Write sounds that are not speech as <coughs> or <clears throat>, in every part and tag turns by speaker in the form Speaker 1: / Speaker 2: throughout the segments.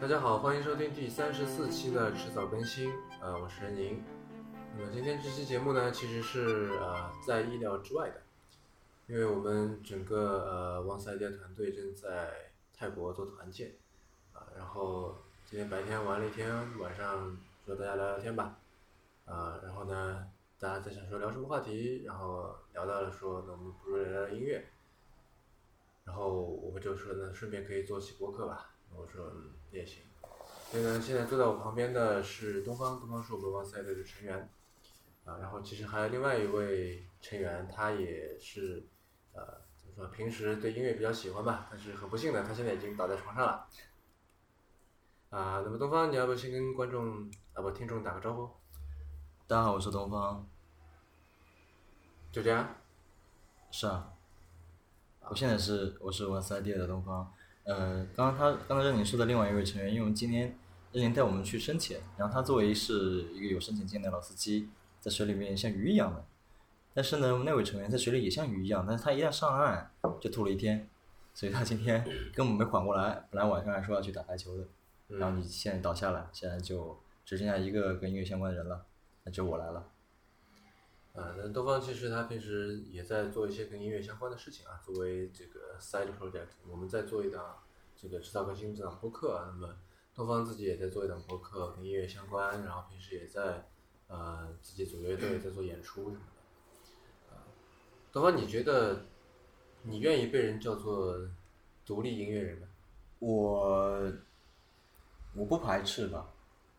Speaker 1: 大家好，欢迎收听第三十四期的迟早更新，呃，我是任宁。那么今天这期节目呢，其实是呃在意料之外的，因为我们整个呃旺赛爹团队正在泰国做团建，啊、然后今天白天玩了一天，晚上说大家聊聊天吧，啊、然后呢，大家在想说聊什么话题，然后聊到了说，那我们不如聊聊音乐，然后我们就说呢，顺便可以做起播客吧。我说嗯也行。所以呢，现在坐在我旁边的是东方，东方是我们汪赛队的成员啊。然后其实还有另外一位成员，他也是呃怎么说，平时对音乐比较喜欢吧，但是很不幸呢，他现在已经倒在床上了。啊，那么东方，你要不先跟观众啊不听众打个招呼？
Speaker 2: 大家好，我是东方。
Speaker 1: 就这样。
Speaker 2: 是啊，我现在是我是玩三 D 的东方。呃，刚刚他刚才任宁说的另外一位成员，因为我们今天任宁带我们去深潜，然后他作为是一个有深潜经验的老司机，在水里面像鱼一样的。但是呢，那位成员在水里也像鱼一样，但是他一旦上岸就吐了一天，所以他今天根本没缓过来。本来晚上还说要去打排球的，然后你现在倒下了，现在就只剩下一个跟音乐相关的人了，那就我来了。
Speaker 1: 啊，那东方其实他平时也在做一些跟音乐相关的事情啊，作为这个 side project，我们在做一档这个迟早更新这档播客、啊，那么东方自己也在做一档播客，跟音乐相关，然后平时也在呃自己组乐队，在做演出什么的。啊，东方，你觉得你愿意被人叫做独立音乐人吗？
Speaker 2: 我我不排斥吧，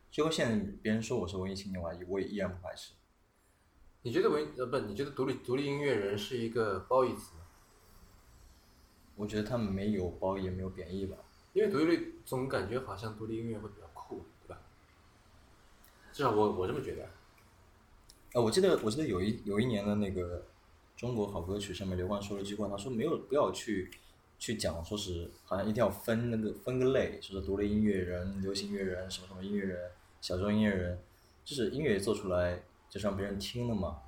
Speaker 2: 就跟现在别人说我是文艺青年，我还我也依然不排斥。
Speaker 1: 你觉得文呃不，你觉得独立独立音乐人是一个褒义词吗？
Speaker 2: 我觉得他们没有褒义，也没有贬义吧。
Speaker 1: 因为独立总感觉好像独立音乐会比较酷，对吧？至少我我这么觉得。
Speaker 2: 呃，我记得我记得有一有一年的那个中国好歌曲上面，刘欢说了一句话，他说没有不要去去讲，说是好像一定要分那个分个类，说是独立音乐人、流行音乐人、什么什么音乐人、小众音乐人，就是音乐做出来就是让别人听的嘛。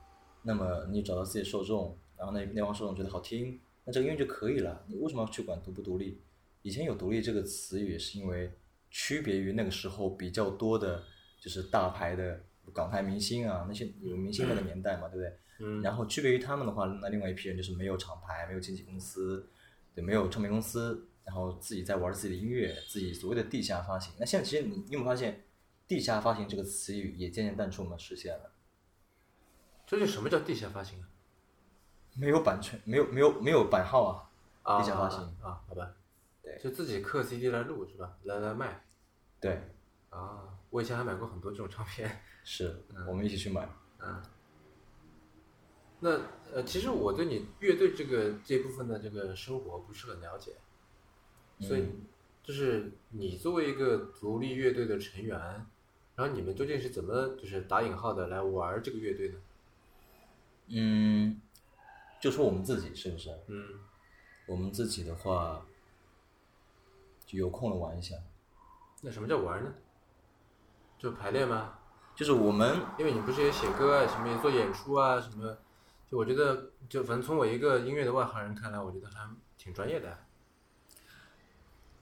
Speaker 2: 那么你找到自己的受众，然后那那帮受众觉得好听，那这个音乐就可以了。你为什么要去管独不独立？以前有“独立”这个词语，是因为区别于那个时候比较多的，就是大牌的港台明星啊，那些有明星那个年代嘛，对不对？
Speaker 1: 嗯
Speaker 2: 然后区别于他们的话，那另外一批人就是没有厂牌，没有经纪公司，对，没有唱片公司，然后自己在玩自己的音乐，自己所谓的地下发行。那现在其实你你有没有发现，地下发行这个词语也渐渐淡出我们视线了？
Speaker 1: 究竟什么叫地下发行啊？
Speaker 2: 没有版权，没有没有没有版号啊，
Speaker 1: 啊
Speaker 2: 地下发行
Speaker 1: 啊，好吧。
Speaker 2: 对
Speaker 1: 就自己刻 CD 来录是吧？来来卖
Speaker 2: 对，
Speaker 1: 啊！我以前还买过很多这种唱片。
Speaker 2: 是我们一起去买。
Speaker 1: 嗯那呃，其实我对你乐队这个这部分的这个生活不是很了解，所以就是你作为一个独立乐队的成员，然后你们究竟是怎么就是打引号的来玩这个乐队呢？
Speaker 2: 嗯，就说我们自己是不是？
Speaker 1: 嗯
Speaker 2: 我们自己的话，就有空了玩一下。
Speaker 1: 那什么叫玩呢？就排练吗？
Speaker 2: 就是我们
Speaker 1: 因为你不是也写歌啊，什么也做演出啊，什么，就我觉得，就反正从我一个音乐的外行人看来，我觉得还挺专业的。啊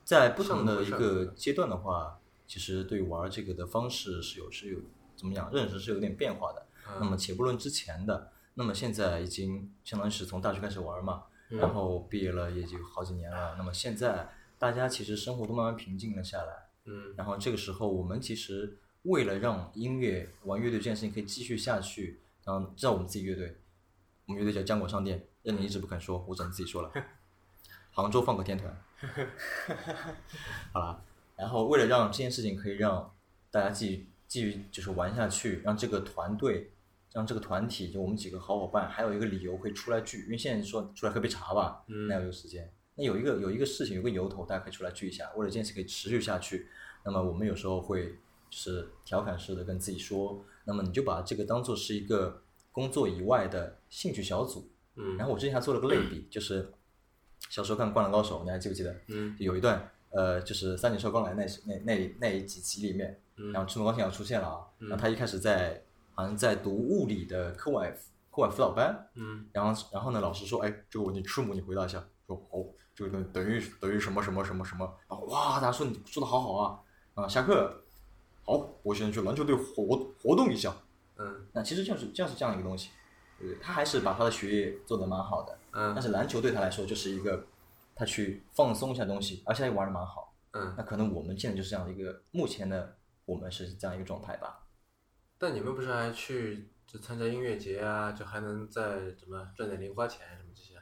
Speaker 2: 在不同
Speaker 1: 上
Speaker 2: 的
Speaker 1: 回
Speaker 2: 一
Speaker 1: 事儿
Speaker 2: 个阶段的话，其实对玩这个的方式是有是有怎么讲认识是有点变化的。
Speaker 1: 嗯
Speaker 2: 那么且不论之前的，那么现在已经相当于是从大学开始玩嘛，然后毕业了也就好几年了。那么现在大家其实生活都慢慢平静了下来，
Speaker 1: 嗯
Speaker 2: 然后这个时候，我们其实为了让音乐玩乐队这件事情可以继续下去，然后知道我们自己乐队，我们乐队叫浆果商店，任你一直不肯说，我只能自己说了。杭州放个天团，好啦，然后为了让这件事情可以让大家继续继续就是玩下去，让这个团队，让这个团体，就我们几个好伙伴，还有一个理由可以出来聚，因为现在说出来喝杯茶吧，
Speaker 1: 嗯
Speaker 2: 那有时间，那有一个有一个事情，有个由头，大家可以出来聚一下，为了这件事可以持续下去，那么我们有时候会就是调侃式的跟自己说，那么你就把这个当做是一个工作以外的兴趣小组。
Speaker 1: 嗯
Speaker 2: 然后我之前还做了个类比，就是小时候看《灌篮高手》，你还记不记得？
Speaker 1: 嗯，
Speaker 2: 有一段呃，就是三井寿刚来那那那那一几集里面，
Speaker 1: 嗯
Speaker 2: 然后赤木刚宪要出现了啊，然后他一开始在好像在读物理的课外课外辅导班，
Speaker 1: 嗯，
Speaker 2: 然后然后呢，老师说，哎，这个问题赤木你回答一下，说哦，这个等等于等于什么什么什么什么，然后哇，大家说你说的好好啊，啊，下课，好，我先去篮球队活活动一下。
Speaker 1: 嗯
Speaker 2: 那其实就是就是这样一个东西，对不对他还是把他的学业做得蛮好的，但
Speaker 1: 嗯
Speaker 2: 是篮球对他来说就是一个他去放松一下东西，而且他也玩的蛮好。
Speaker 1: 嗯，
Speaker 2: 那可能我们现在就是这样一个，目前的我们是这样一个状态吧。
Speaker 1: 但你们不是还去就参加音乐节啊，就还能再怎么赚点零花钱什么这些，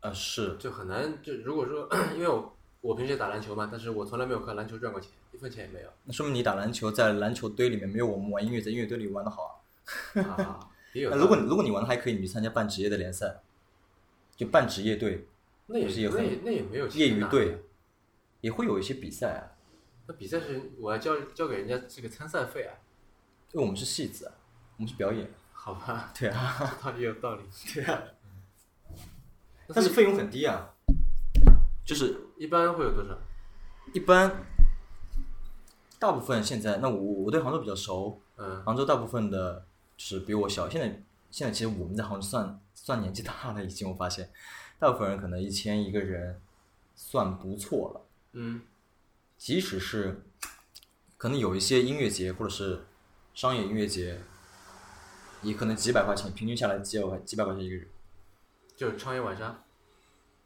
Speaker 2: 呃，是，
Speaker 1: 就很难。就如果说，因为我我平时也打篮球嘛，但是我从来没有靠篮球赚过钱，一分钱也没有
Speaker 2: 那说明你打篮球在篮球堆里面没有我们玩音乐在音乐堆里玩的好啊。
Speaker 1: 啊。也有
Speaker 2: 那
Speaker 1: 道理，
Speaker 2: 呃如果你如果你玩的还可以，你去参加半职业的联赛，就半职业队、
Speaker 1: 那也
Speaker 2: 就是有
Speaker 1: 那
Speaker 2: 很
Speaker 1: 也那也没有钱
Speaker 2: 业余
Speaker 1: 拿
Speaker 2: 队，也会有一些比赛啊。
Speaker 1: 那比赛是我要交交给人家这个参赛费啊，
Speaker 2: 因为我们是戏子啊，我们是表演。
Speaker 1: 好吧？
Speaker 2: 对啊，
Speaker 1: 这道理有道理。
Speaker 2: 对啊，
Speaker 1: 那
Speaker 2: 但是
Speaker 1: 所
Speaker 2: 费用很低啊，就是
Speaker 1: 以一般会有多少？
Speaker 2: 一般大部分现在，那我我对杭州比较熟，
Speaker 1: 嗯
Speaker 2: 杭州大部分的就是比我小。现在现在其实我们在杭州算算年纪大了，已经我发现，大部分人可能一千一个人算不错了。
Speaker 1: 嗯
Speaker 2: 即使是可能有一些音乐节或者是商业音乐节，也可能几百块钱，平均下来几百块几百块钱一个人。
Speaker 1: 就是创业晚上，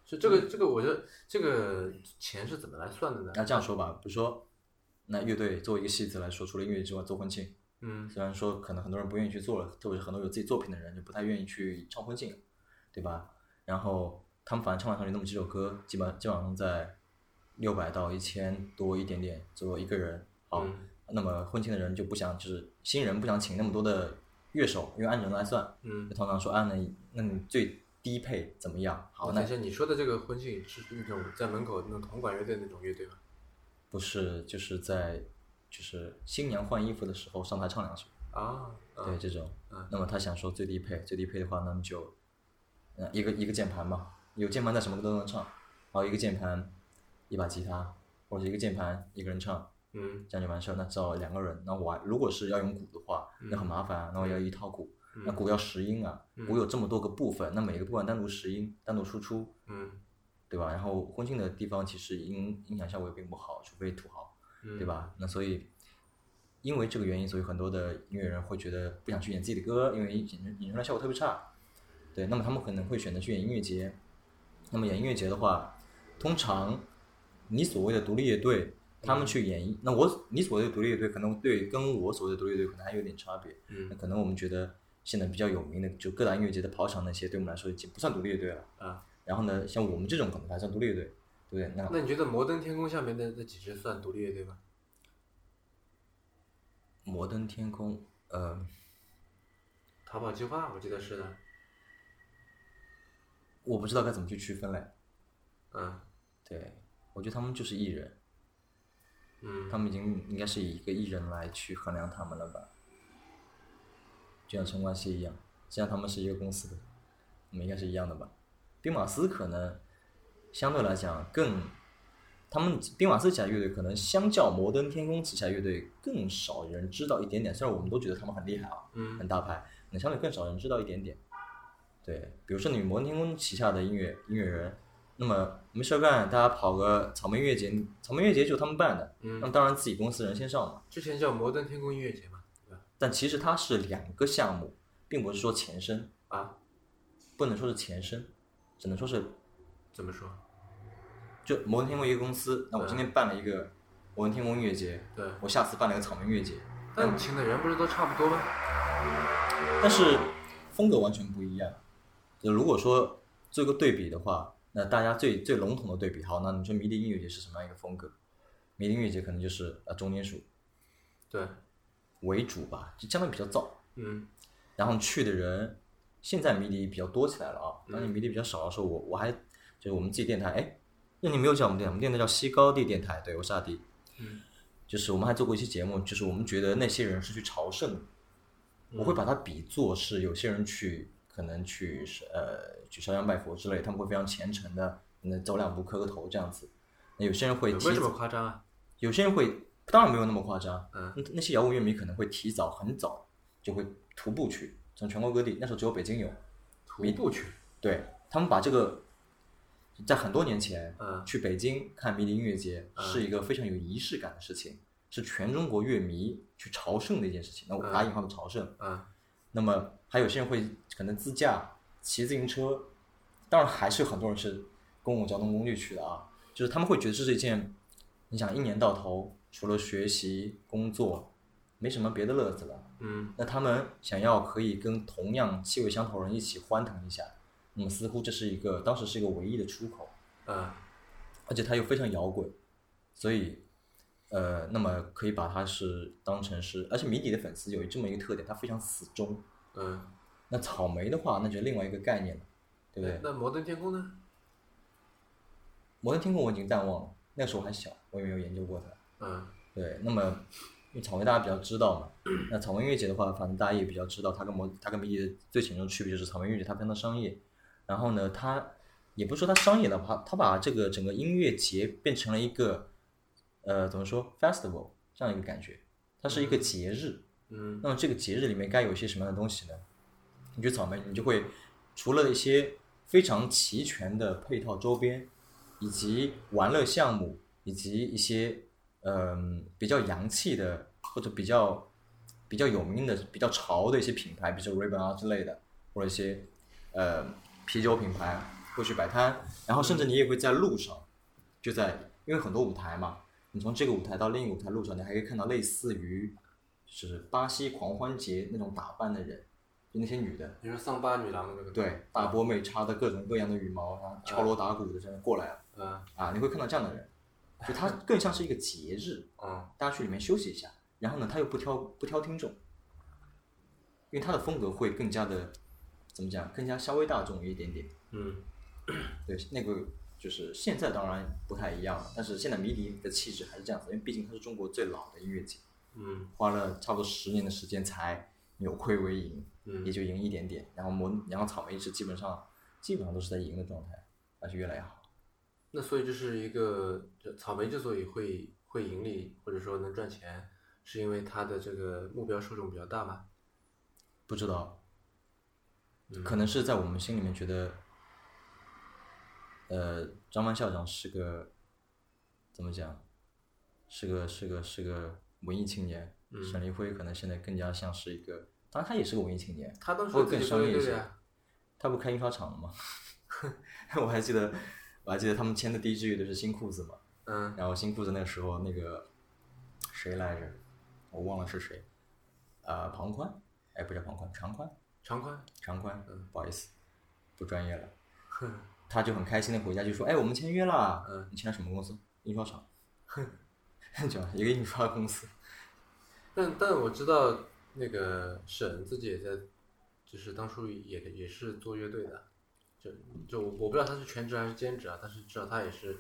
Speaker 1: 是这个这个，我觉得这个钱是怎么来算的呢？
Speaker 2: 那这样说吧，比如说，那乐队作为一个戏子来说，除了音乐之外，做婚庆，
Speaker 1: 嗯
Speaker 2: 虽然说可能很多人不愿意去做了，特别是很多有自己作品的人就不太愿意去唱婚庆，对吧？然后他们反正唱来唱去那么几首歌，基本基本上在六百到一千多一点点左右一个人。好，
Speaker 1: 嗯
Speaker 2: 那么婚庆的人就不想，就是新人不想请那么多的乐手，因为按人来算，
Speaker 1: 嗯
Speaker 2: 就。通常说啊，那你那你最低配怎么样？好，
Speaker 1: 等
Speaker 2: 那
Speaker 1: 一下，你说的这个婚庆是那种在门口那种铜管乐队那种乐队吗？
Speaker 2: 不是就是在就是新娘换衣服的时候上台唱两首，
Speaker 1: 啊，嗯
Speaker 2: 对这种
Speaker 1: 嗯。
Speaker 2: 那么他想说最低配，最低配的话，那么就，呃，一个一个键盘嘛，有键盘在什么歌都能唱，然后一个键盘，一把吉他，或者一个键盘一个人唱，
Speaker 1: 嗯
Speaker 2: 这样就完事儿。那找两个人，那我还如果是要用鼓的话，那很麻烦啊，那我要一套鼓，那
Speaker 1: 嗯
Speaker 2: 鼓要十音啊，鼓有这么多个部分，那每个部分单独十音，单独输出，
Speaker 1: 嗯
Speaker 2: 对吧？然后婚庆的地方其实音音响效果也并不好，除非土豪，
Speaker 1: 嗯，
Speaker 2: 对？吧？那所以，因为这个原因，所以很多的音乐人会觉得不想去演自己的歌，因为演演出来效果特别差。对，那么他们可能会选择去演音乐节。那么演音乐节的话，通常你所谓的独立乐队，他们去演，那我你所谓的独立乐队，可能对跟我所谓的独立乐队可能还有点差别。那
Speaker 1: 嗯
Speaker 2: 可能我们觉得现在比较有名的，就各大音乐节的跑场那些，对我们来说已经不算独立乐队了。
Speaker 1: 啊，
Speaker 2: 然后呢，像我们这种可能还算独立乐队，对不对？那
Speaker 1: 那你觉得摩登天空下面的那几支算独立乐队吗？
Speaker 2: 摩登天空，呃，
Speaker 1: 逃跑计划我记得是的，
Speaker 2: 我不知道该怎么去区分嘞。
Speaker 1: 嗯
Speaker 2: 对，我觉得他们就是艺人，他
Speaker 1: 嗯
Speaker 2: 们已经应该是以一个艺人来去衡量他们了吧？就像陈冠希一样，既然他们是一个公司的，我们应该是一样的吧？兵马司可能相对来讲更，他们兵马司旗下乐队可能相较摩登天空旗下乐队更少人知道一点点，虽然我们都觉得他们很厉害啊，很
Speaker 1: 嗯
Speaker 2: 大牌，那相对更少人知道一点点。对，比如说你摩登天空旗下的音乐音乐人，那么没事儿干，大家跑个草莓音乐节，草莓音乐节就是他们办的，那
Speaker 1: 嗯，
Speaker 2: 么当然自己公司人先上嘛。
Speaker 1: 之前叫摩登天空音乐节嘛，对吧？
Speaker 2: 但其实它是两个项目，并不是说前身，
Speaker 1: 啊，
Speaker 2: 不能说是前身，只能说是
Speaker 1: 怎么说？
Speaker 2: 就摩登天空一个公司。那我今天办了一个摩登天空音乐节，
Speaker 1: 对，
Speaker 2: 我下次办了一个草莓音乐节，
Speaker 1: 但请的人不是都差不多吗？
Speaker 2: 但是风格完全不一样。就如果说做个对比的话，那大家最最笼统的对比，好，那你说迷笛音乐节是什么样一个风格？迷笛音乐节可能就是呃重金属
Speaker 1: 对，
Speaker 2: 为主吧，就相对比较燥，
Speaker 1: 嗯
Speaker 2: 然后去的人，现在迷笛比较多起来了啊。
Speaker 1: 嗯
Speaker 2: 当年迷笛比较少的时候，我我还就是我们自己电台，哎，那你没有叫我们电台，我们电台叫西高地电台，对我是阿迪。
Speaker 1: 嗯。
Speaker 2: 就是我们还做过一期节目，就是我们觉得那些人是去朝圣的，
Speaker 1: 嗯
Speaker 2: 我会把它比作是有些人去可能去呃去烧香拜佛之类，他们会非常虔诚的，那走两步磕个头这样子。那有些人会
Speaker 1: 有没有
Speaker 2: 提
Speaker 1: 这
Speaker 2: 早
Speaker 1: 么夸张啊？
Speaker 2: 有些人会，当然没有那么夸张，
Speaker 1: 嗯
Speaker 2: 那那些摇滚乐迷可能会提早很早就会徒步去，从全国各地，那时候只有北京有，
Speaker 1: 徒步去，
Speaker 2: 对他们把这个在很多年前，
Speaker 1: 嗯
Speaker 2: 去北京看迷笛音乐节
Speaker 1: 嗯
Speaker 2: 是一个非常有仪式感的事情，是全中国乐迷去朝圣的一件事情。那我
Speaker 1: 嗯
Speaker 2: 打引号的朝圣。
Speaker 1: 啊
Speaker 2: 那么还有些人会可能自驾、骑自行车，当然还是有很多人是公共交通工具去的啊。就是他们会觉得这是一件，你想一年到头除了学习、工作，没什么别的乐子了。
Speaker 1: 嗯
Speaker 2: 那他们想要可以跟同样气味相投的人一起欢腾一下，那么似乎这是一个当时是一个唯一的出口，
Speaker 1: 啊
Speaker 2: 而且它又非常摇滚，所以，呃，那么可以把它是当成是，而且迷笛的粉丝有这么一个特点，它非常死忠。
Speaker 1: 嗯，
Speaker 2: 那草莓的话，那就是另外一个概念了，对不对？
Speaker 1: 那摩登天空呢？
Speaker 2: 摩登天空我已经淡忘了，那时候我还小，我也没有研究过它。
Speaker 1: 嗯
Speaker 2: 对，那么因为草莓大家比较知道嘛，那草莓音乐节的话，反正大家也比较知道，它跟摩它跟迷笛的最显著的区别就是草莓音乐节它非常的商业，然后呢，它也不是说它商业了，它它把这个整个音乐节变成了一个呃怎么说 festival 这样一个感觉，它是一个节日。
Speaker 1: 嗯
Speaker 2: 那么这个节日里面该有一些什么样的东西呢？你去草莓，你就会除了一些非常齐全的配套周边，以及玩乐项目，以及一些嗯、比较洋气的或者比较比较有名的、比较潮的一些品牌，比如说 Ray-Ban 啊之类的，或者一些呃啤酒品牌会去摆摊，然后甚至你也会在路上，就在因为很多舞台嘛，你从这个舞台到另一个舞台路上，你还可以看到类似于就是巴西狂欢节那种打扮的人，就那些女的，
Speaker 1: 你说桑巴女郎的那个
Speaker 2: 对，大波妹插的各种各样的羽毛，然后敲锣打鼓的这样过来了
Speaker 1: 嗯
Speaker 2: 啊，你会看到这样的人，就它更像是一个节日，
Speaker 1: 嗯
Speaker 2: 大家去里面休息一下，然后呢，他又不挑不挑听众，因为他的风格会更加的怎么讲，更加稍微大众一点点。
Speaker 1: 嗯
Speaker 2: 对，那个就是现在当然不太一样了，但是现在迷笛的气质还是这样子，因为毕竟它是中国最老的音乐节，
Speaker 1: 嗯
Speaker 2: 花了差不多十年的时间才扭亏为盈，
Speaker 1: 嗯
Speaker 2: 也就赢一点点。然后摩，然后草莓是基本上基本上都是在赢的状态，而且越来越好。
Speaker 1: 那所以这是一个这草莓之所以会会盈利或者说能赚钱，是因为它的这个目标受众比较大嘛？
Speaker 2: 不知道，
Speaker 1: 嗯
Speaker 2: 可能是在我们心里面觉得，呃，张曼校长是个怎么讲，是个是个是个文艺青年。
Speaker 1: 嗯
Speaker 2: 沈立辉可能现在更加像是一个，当然他也是个文艺青年，
Speaker 1: 他当时
Speaker 2: 会
Speaker 1: 自己
Speaker 2: 更
Speaker 1: 说
Speaker 2: 商
Speaker 1: 的
Speaker 2: 业一
Speaker 1: 对
Speaker 2: 些
Speaker 1: 的呀，。
Speaker 2: 他不开印刷厂了吗？ <laughs> 我还记得，我还记得他们签的第一支乐队是新裤子嘛，
Speaker 1: 嗯
Speaker 2: 然后新裤子那个时候那个谁来着，我忘了是谁，呃，庞宽，哎，不叫庞宽，常宽，
Speaker 1: 长宽，
Speaker 2: 常宽，呃
Speaker 1: 嗯
Speaker 2: 不好意思，不专业了。他就很开心的回家就说：“哎，我们签约啦！
Speaker 1: 嗯
Speaker 2: 你签了什么公司？印刷厂， <laughs> 就一个印刷公司。
Speaker 1: 但但我知道那个沈自己也在，就是当初也也是做乐队的，就就我我不知道他是全职还是兼职啊，但是至少他也是，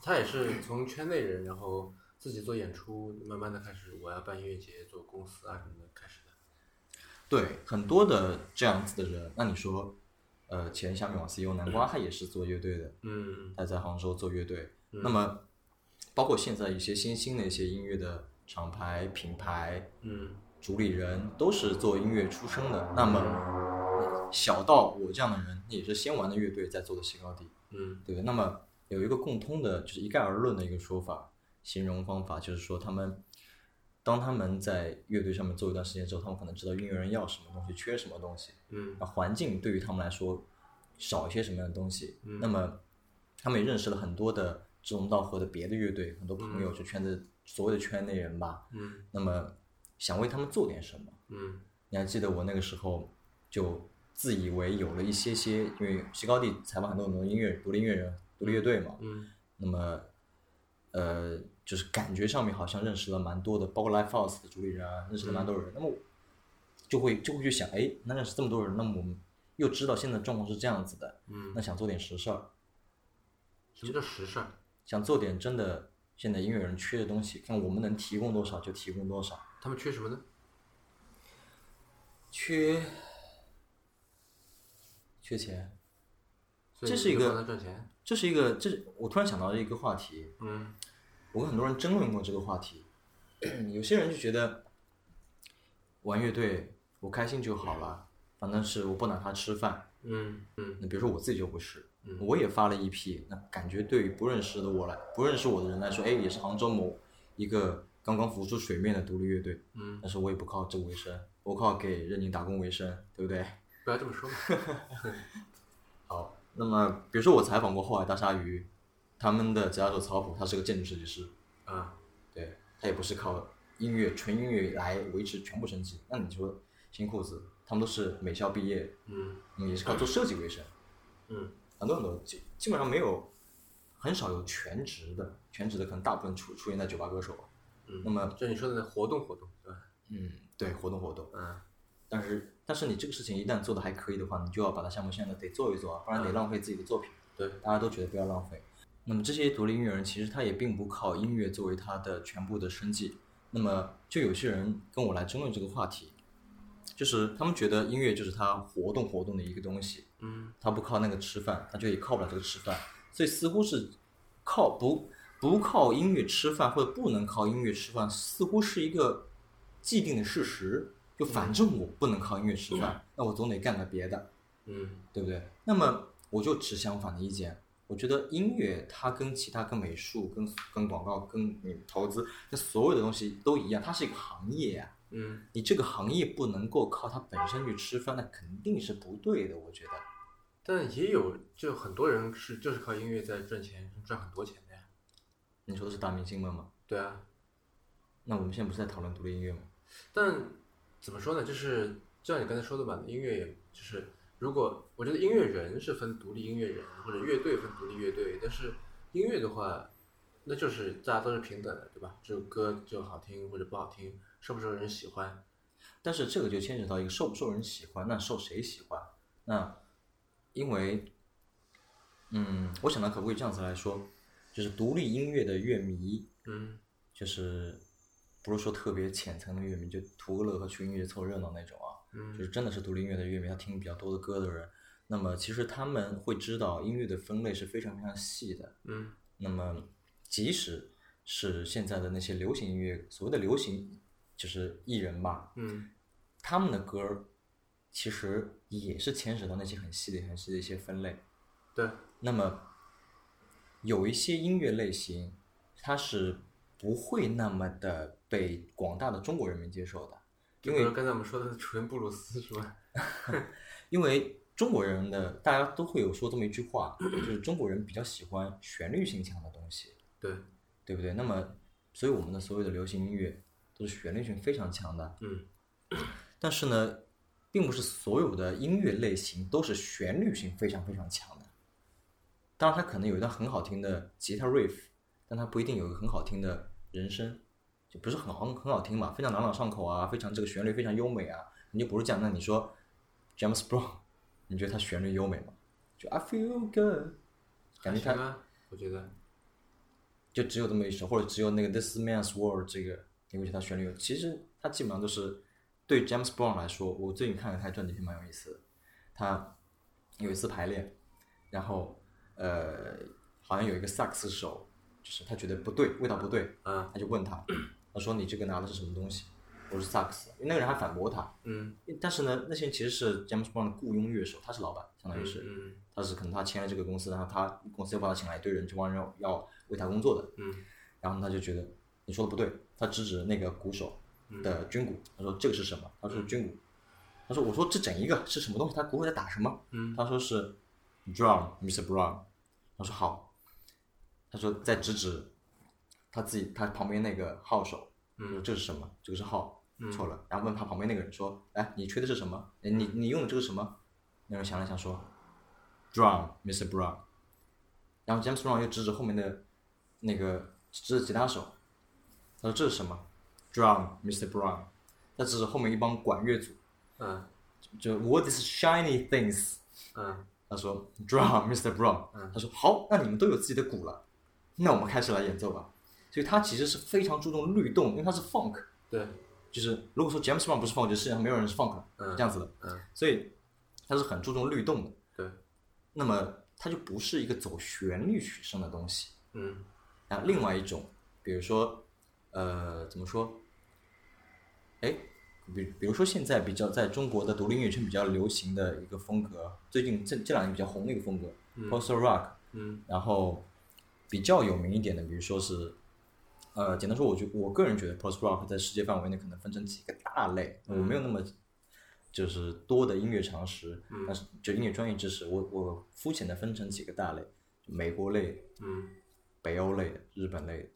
Speaker 1: 他也是从圈内人，然后自己做演出，慢慢的开始我要办音乐节，做公司啊什么的开始的。
Speaker 2: 对，很多的这样子的人，那你说，呃，前下面网 CEO 南瓜他也是做乐队的，
Speaker 1: 嗯
Speaker 2: 他在杭州做乐队。
Speaker 1: 嗯
Speaker 2: 那么，包括现在一些新兴的一些音乐的厂牌、品牌、
Speaker 1: 嗯
Speaker 2: 主理人，都是做音乐出身的。那么，小到我这样的人，也是先玩的乐队，再做的西高地。
Speaker 1: 嗯
Speaker 2: 对，那么有一个共通的，就是一概而论的一个说法，形容方法就是说，他们当他们在乐队上面做一段时间之后，他们可能知道音乐人要什么东西，缺什么东西，
Speaker 1: 嗯
Speaker 2: 那环境对于他们来说少一些什么样的东西，
Speaker 1: 嗯
Speaker 2: 那么他们也认识了很多的志同道合的别的乐队，很多朋友，就圈子所谓的圈内人吧，
Speaker 1: 嗯
Speaker 2: 那么想为他们做点什么，
Speaker 1: 嗯
Speaker 2: 你还记得我那个时候就自以为有了一些些，因为西高地采访很多很多音乐独立音乐人、独立乐队嘛，
Speaker 1: 嗯
Speaker 2: 那么呃，就是感觉上面好像认识了蛮多的，包括 Live House 的主理人啊，认识了蛮多人，那么就会就会去想，哎，那认识这么多人，那么我们又知道现在状况是这样子的，
Speaker 1: 嗯，
Speaker 2: 那想做点实事儿，
Speaker 1: 什么叫实事儿？
Speaker 2: 想做点真的现在音乐人缺的东西，看我们能提供多少就提供多少。
Speaker 1: 他们缺什么呢？
Speaker 2: 缺缺钱，
Speaker 1: 所以
Speaker 2: 这是一
Speaker 1: 你
Speaker 2: 个
Speaker 1: 就帮他赚钱。
Speaker 2: 这是一个，这是我突然想到了一个话题，
Speaker 1: 嗯
Speaker 2: 我跟很多人争论过这个话题。 <clears throat> 有些人就觉得玩乐队我开心就好了，反正是我不拿它吃饭，
Speaker 1: 嗯嗯
Speaker 2: 那比如说我自己就不是
Speaker 1: 嗯，
Speaker 2: 我也发了一批，那感觉对于不认识的我来，不认识我的人来说，哎，也是杭州某一个刚刚浮出水面的独立乐队，
Speaker 1: 嗯，
Speaker 2: 但是我也不靠这为生，我靠给任宁打工为生，对不对？
Speaker 1: 不要这么说
Speaker 2: <laughs>
Speaker 1: 嘛。
Speaker 2: 好，那么比如说我采访过后海大鲨鱼，他们的吉他手曹普，他是个建筑设计师，
Speaker 1: 啊，
Speaker 2: 对他也不是靠音乐纯音乐来维持全部生计。那你说新裤子，他们都是美校毕业，
Speaker 1: 嗯
Speaker 2: 嗯也是靠做设计为生，
Speaker 1: 嗯
Speaker 2: 很多很多基基本上没有，很少有全职的，全职的可能大部分出出现在酒吧歌手。那
Speaker 1: 嗯，
Speaker 2: 么，
Speaker 1: 就你说的那活动活动，对吧？
Speaker 2: 嗯，对，活动活动，
Speaker 1: 嗯
Speaker 2: 但是但是你这个事情一旦做的还可以的话，你就要把它项目现在得做一做啊，不然得
Speaker 1: 嗯
Speaker 2: 浪费自己的作品。
Speaker 1: 对，
Speaker 2: 大家都觉得不要浪费。那么这些独立音乐人其实他也并不靠音乐作为他的全部的生计。那么就有些人跟我来争论这个话题，就是他们觉得音乐就是他活动活动的一个东西，
Speaker 1: 嗯
Speaker 2: 他不靠那个吃饭，他就也靠不了这个吃饭，所以似乎是靠不不靠音乐吃饭或者不能靠音乐吃饭，似乎是一个既定的事实。就反正我不能靠音乐吃饭，那我总得干个别的。
Speaker 1: 嗯
Speaker 2: 对不对？那么我就持相反的意见，我觉得音乐它跟其他跟美术、跟跟广告、跟你投资，跟所有的东西都一样，它是一个行业啊。
Speaker 1: 嗯
Speaker 2: 你这个行业不能够靠它本身去吃饭，那肯定是不对的。我觉得，
Speaker 1: 但也有就很多人是就是靠音乐在赚钱，赚很多钱的呀。
Speaker 2: 你说的是大明星们吗？
Speaker 1: 对啊，
Speaker 2: 那我们现在不是在讨论独立音乐吗？
Speaker 1: 但怎么说呢？就是就像你刚才说的嘛，音乐也就是如果我觉得音乐人是分独立音乐人或者乐队分独立乐队，但是音乐的话，那就是大家都是平等的，对吧？这首歌就好听或者不好听，受不受人喜欢，
Speaker 2: 但是这个就牵扯到一个受不受人喜欢，那受谁喜欢？那因为，嗯，我想到可不可以这样子来说，就是独立音乐的乐迷，
Speaker 1: 嗯
Speaker 2: 就是不是说特别浅层的乐迷，就图个乐呵去音乐凑热闹那种啊，就
Speaker 1: 嗯
Speaker 2: 是真的是独立音乐的乐迷，他听比较多的歌的人，那么其实他们会知道音乐的分类是非常非常细的。
Speaker 1: 嗯
Speaker 2: 那么即使是现在的那些流行音乐，所谓的流行就是艺人吧，
Speaker 1: 嗯
Speaker 2: 他们的歌儿其实也是牵扯到那些很细的、很细的一些分类。
Speaker 1: 对，
Speaker 2: 那么有一些音乐类型，它是不会那么的被广大的中国人民接受的，
Speaker 1: 因为刚才我们说的是纯布鲁斯是吧？
Speaker 2: 因为中国人的大家都会有说这么一句话，就是中国人比较喜欢旋律性强的东西，
Speaker 1: 对，
Speaker 2: 对不对？那么，所以我们的所有的流行音乐都是旋律性非常强的，
Speaker 1: 嗯
Speaker 2: 但是呢，并不是所有的音乐类型都是旋律性非常非常强的。当然，它可能有一段很好听的吉他 riff，但它不一定有一个很好听的人声，就不是很好很好听嘛，非常朗朗上口啊，非常这个旋律非常优美啊。你就不是这样，那你说 James Brown，你觉得他旋律优美吗？就 I feel good，感觉
Speaker 1: 还
Speaker 2: 他
Speaker 1: 行啊，我觉得，
Speaker 2: 就只有这么一首，或者只有那个 This Man's World 这个，你会觉得它旋律有？其实它基本上都是对 James Brown 来说，我最近看了他的传记片蛮有意思的。他有一次排练，然后呃，好像有一个萨克斯手，就是他觉得不对，味道不对，
Speaker 1: 啊
Speaker 2: 他就问他，他说你这个拿的是什么东西？我说萨克斯，那个人还反驳他，
Speaker 1: 嗯
Speaker 2: 但是呢，那些人其实是 James Brown 的雇佣乐手，他是老板，相当于
Speaker 1: 嗯
Speaker 2: 是。
Speaker 1: 嗯
Speaker 2: 他是可能他签了这个公司，然后他公司又把他请来一堆人，这帮人要要为他工作的，
Speaker 1: 嗯
Speaker 2: 然后他就觉得你说的不对，他指指那个鼓手
Speaker 1: 嗯
Speaker 2: 的军鼓，他说这个是什么？他说是军鼓，他说我说这整一个是什么东西？他鼓手在打什么？
Speaker 1: 嗯
Speaker 2: 他说是 drum Mr. Brown，他说好，他说在指指他自己他旁边那个号手，
Speaker 1: 嗯
Speaker 2: 说这是什么？这个是号，
Speaker 1: 嗯
Speaker 2: 错了。然后问他旁边那个人说，哎，你吹的是什么？哎
Speaker 1: 嗯
Speaker 2: 你你用的这个什么？那人想了想说，drum Mr. Brown，然后 James Brown 又指指后面的那个指指吉他手，他说这是什么？drum Mr. Brown，他指指后面一帮管乐组，
Speaker 1: 嗯
Speaker 2: 就 What is shiny things？
Speaker 1: 嗯
Speaker 2: 他说 Drum Mr. Brown，
Speaker 1: 嗯
Speaker 2: 他说好，那你们都有自己的鼓了，那我们开始来演奏吧。所以他其实是非常注重律动，因为他是 funk，
Speaker 1: 对，就是
Speaker 2: 如果说 James Brown 不是 funk，就是世界上没有人是 funk 的
Speaker 1: 嗯
Speaker 2: 这样子的，
Speaker 1: 嗯
Speaker 2: 所以他是很注重律动的。
Speaker 1: 对，
Speaker 2: 那么它就不是一个走旋律取胜的东西。
Speaker 1: 嗯
Speaker 2: 然后另外一种，比如说，呃，怎么说？哎，比比如说现在比较在中国的独立音乐圈比较流行的一个风格，最近这这两年比较红的一个风格、
Speaker 1: 嗯
Speaker 2: p o s t rock，
Speaker 1: 嗯
Speaker 2: 然后比较有名一点的，比如说是，呃，简单说，我觉我个人觉得 post rock 在世界范围内可能分成几个大类，
Speaker 1: 嗯
Speaker 2: 我没有那么就是多的音乐常识，
Speaker 1: 嗯
Speaker 2: 但是就音乐专业知识，我我肤浅的分成几个大类，就美国类、
Speaker 1: 嗯
Speaker 2: 北欧类、日本类，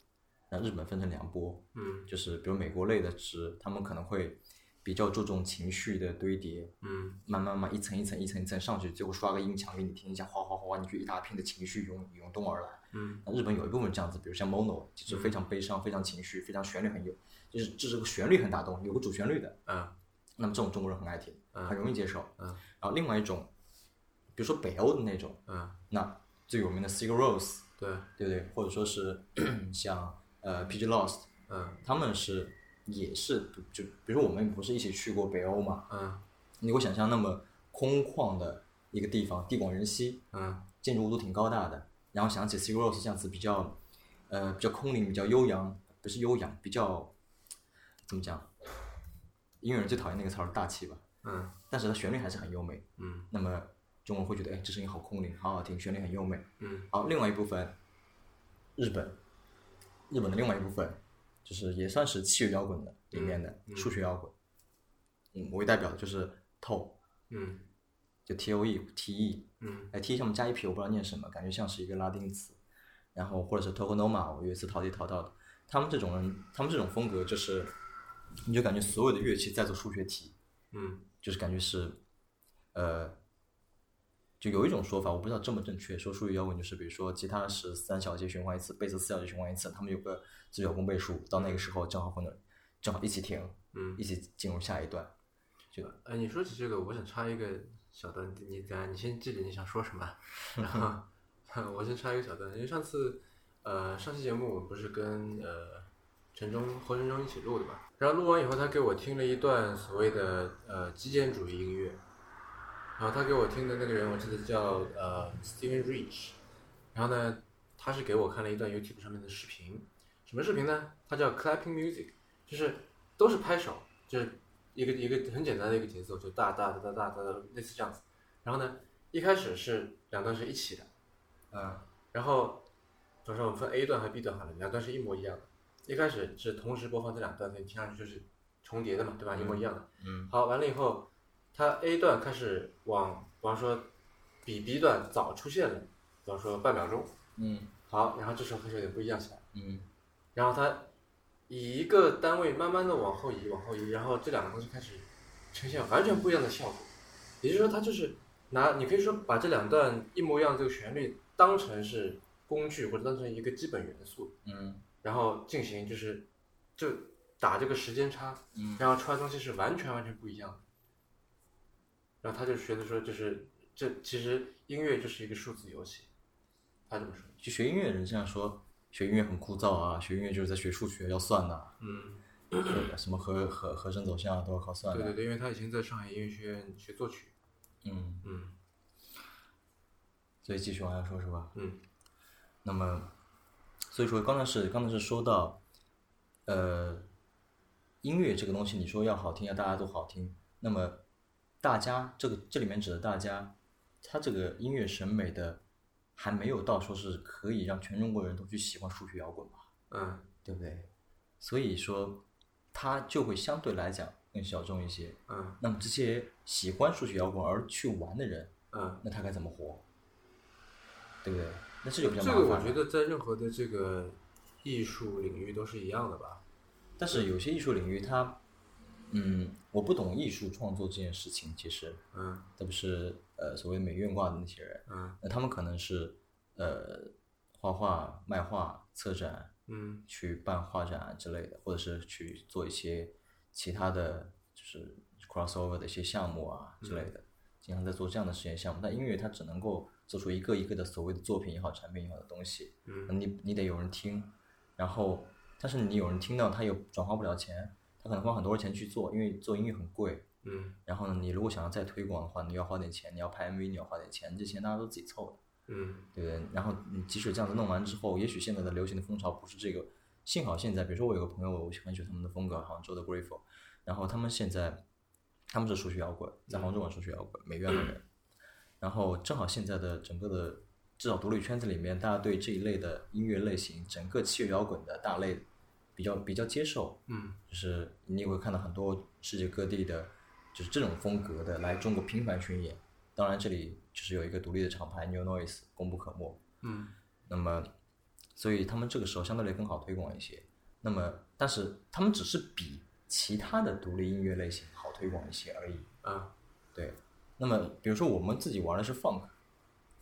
Speaker 2: 那日本分成两波，
Speaker 1: 嗯
Speaker 2: 就是比如美国类的是他们可能会比较注重情绪的堆叠，
Speaker 1: 嗯
Speaker 2: 慢慢慢一层一层一层一层上去，最后刷个音墙给你听一下，哗哗哗，你就一大片的情绪涌涌动而来。
Speaker 1: 嗯
Speaker 2: 那日本有一部分这样子，比如像 Mono，就是非常悲伤、非常情绪、非常旋律很有，就是这是个旋律很打动，有个主旋律的。
Speaker 1: 啊
Speaker 2: 那么这种中国人很爱听，
Speaker 1: 嗯
Speaker 2: 很容易接受。
Speaker 1: 嗯
Speaker 2: 然后另外一种，比如说北欧的那种，
Speaker 1: 啊，
Speaker 2: 那最有名的 Sigur Rós，
Speaker 1: 对，
Speaker 2: 对不对？或者说是 <clears throat> 像呃 PG Lost，
Speaker 1: 嗯
Speaker 2: 他们是也是就比如我们不是一起去过北欧嘛？
Speaker 1: 嗯
Speaker 2: 你会想象那么空旷的一个地方，地广人稀，
Speaker 1: 嗯
Speaker 2: 建筑物都挺高大的，然后想起 Sigur Rós 这样子比较，呃，比较空灵，比较悠扬，不是悠扬，比较怎么讲？音乐人最讨厌那个词儿大气吧，
Speaker 1: 嗯
Speaker 2: 但是它旋律还是很优美。
Speaker 1: 嗯
Speaker 2: 那么中国人会觉得，哎，这声音好空灵，好好听，旋律很优美。
Speaker 1: 嗯
Speaker 2: 好，另外一部分，日本，日本的另外一部分，就是也算是器乐摇滚的里面的
Speaker 1: 嗯
Speaker 2: 数学摇滚。嗯，我为代表的就是 TOE，
Speaker 1: 嗯
Speaker 2: 就 T O E T E，
Speaker 1: 嗯
Speaker 2: 哎，T 上面加一撇，我不知道念什么，感觉像是一个拉丁词。然后或者是 Tokonoma，我有一次淘地淘到的。他们这种人，他们这种风格就是，你就感觉所有的乐器在做数学题，
Speaker 1: 嗯
Speaker 2: 就是感觉是，呃，就有一种说法，我不知道正不正确，说数学摇滚就是，比如说吉他是三小节循环一次，贝斯四小节循环一次，他们有个四小公倍数，到那个时候正好混的，正好一起停，
Speaker 1: 嗯
Speaker 2: 一。起进入下一段。
Speaker 1: 哎，你说起这个，我想插一个小段，你等下你先记着你想说什么，然后 <laughs> 我先插一个小段，因为上次呃上期节目我们不是跟呃陈忠侯陈忠一起录的嘛，然后录完以后他给我听了一段所谓的呃极简主义音乐，然后他给我听的那个人我记得叫呃 Steven Rich，然后呢他是给我看了一段 YouTube 上面的视频，什么视频呢？它叫 clapping music，就是都是拍手，就是一个一个很简单的一个节奏，就哒哒哒哒哒哒哒，类似这样子。然后呢，一开始是两段是一起的，
Speaker 2: 嗯
Speaker 1: 然后比如说我们分 A 段和 B 段好了，两段是一模一样的。一开始是同时播放这两段，所以听上去就是重叠的嘛，对吧？一模一样的。
Speaker 2: 嗯
Speaker 1: 好，完了以后，它 A 段开始往，比方说比 B 段早出现了，比方说半秒钟。
Speaker 2: 嗯
Speaker 1: 好，然后这时候开始有点不一样起来。
Speaker 2: 嗯
Speaker 1: 然后它以一个单位慢慢的往后移，往后移，然后这两个东西开始呈现完全不一样的效果。也就是说，它就是拿你可以说把这两段一模一样的这个旋律当成是工具或者当成一个基本元素，
Speaker 2: 嗯
Speaker 1: 然后进行就是就打这个时间差，
Speaker 2: 嗯
Speaker 1: 然后出来的东西是完全完全不一样的。然后他就觉得说，就是这其实音乐就是一个数字游戏，他这么说。
Speaker 2: 就学音乐的人这样说，学音乐很枯燥啊，学音乐就是在学数学，要算呐、
Speaker 1: 嗯，
Speaker 2: 什么和和和声走向啊，都要靠算
Speaker 1: 对
Speaker 2: 的。
Speaker 1: 对对，因为他以前在上海音乐学院学作曲。
Speaker 2: 嗯，
Speaker 1: 嗯
Speaker 2: 所以继续往下说，是吧？
Speaker 1: 嗯
Speaker 2: 那么，所以说刚才是刚才是说到，呃，音乐这个东西，你说要好听，要大家都好听，那么大家这个这里面指的大家，他这个音乐审美的还没有到说是可以让全中国人都去喜欢数学摇滚吧，
Speaker 1: 嗯
Speaker 2: 对不对？所以说，它就会相对来讲更小众一些。
Speaker 1: 嗯
Speaker 2: 那么这些喜欢数学摇滚而去玩的人，
Speaker 1: 嗯，
Speaker 2: 那他该怎么活？对不对？那这就比较
Speaker 1: 这
Speaker 2: 麻
Speaker 1: 个
Speaker 2: 烦。
Speaker 1: 我觉得在任何的这个艺术领域都是一样的吧。
Speaker 2: 但是有些艺术领域它，嗯，我不懂艺术创作这件事情，其实，
Speaker 1: 嗯
Speaker 2: 特别是呃所谓美院挂的那些人，
Speaker 1: 嗯
Speaker 2: 那他们可能是呃画画、卖画、策展，
Speaker 1: 嗯
Speaker 2: 去办画展啊之类的，或者是去做一些其他的就是 crossover 的一些项目啊之类的，经常在做这样的实验项目。但音乐它只能够做出一个一个的所谓的作品也好、产品也好的东西，
Speaker 1: 嗯
Speaker 2: 你你得有人听，然后但是你有人听到，他又转化不了钱，他可能花很多钱去做，因为做音乐很贵。
Speaker 1: 嗯
Speaker 2: 然后呢，你如果想要再推广的话，你要花点钱，你要拍 MV，你要花点钱，这钱大家都自己凑的，
Speaker 1: 嗯
Speaker 2: 对不对？然后你即使这样子弄完之后，也许现在的流行的风潮不是这个，幸好现在，比如说我有个朋友，我很喜欢他们的风格，杭州的 Grateful，然后他们现在他们是数学摇滚，在杭州玩数学摇滚，美院的人，然后正好现在的整个的至少独立圈子里面，大家对这一类的音乐类型，整个器乐摇滚的大类比较比较接受，
Speaker 1: 嗯，
Speaker 2: 就是你也会看到很多世界各地的，就是这种风格的来中国频繁巡演。当然，这里就是有一个独立的厂牌 New Noise，功不可没。
Speaker 1: 嗯
Speaker 2: 那么，所以他们这个时候相对来更好推广一些。那么，但是他们只是比其他的独立音乐类型好推广一些而已。
Speaker 1: 啊
Speaker 2: 对，那么比如说我们自己玩的是 funk，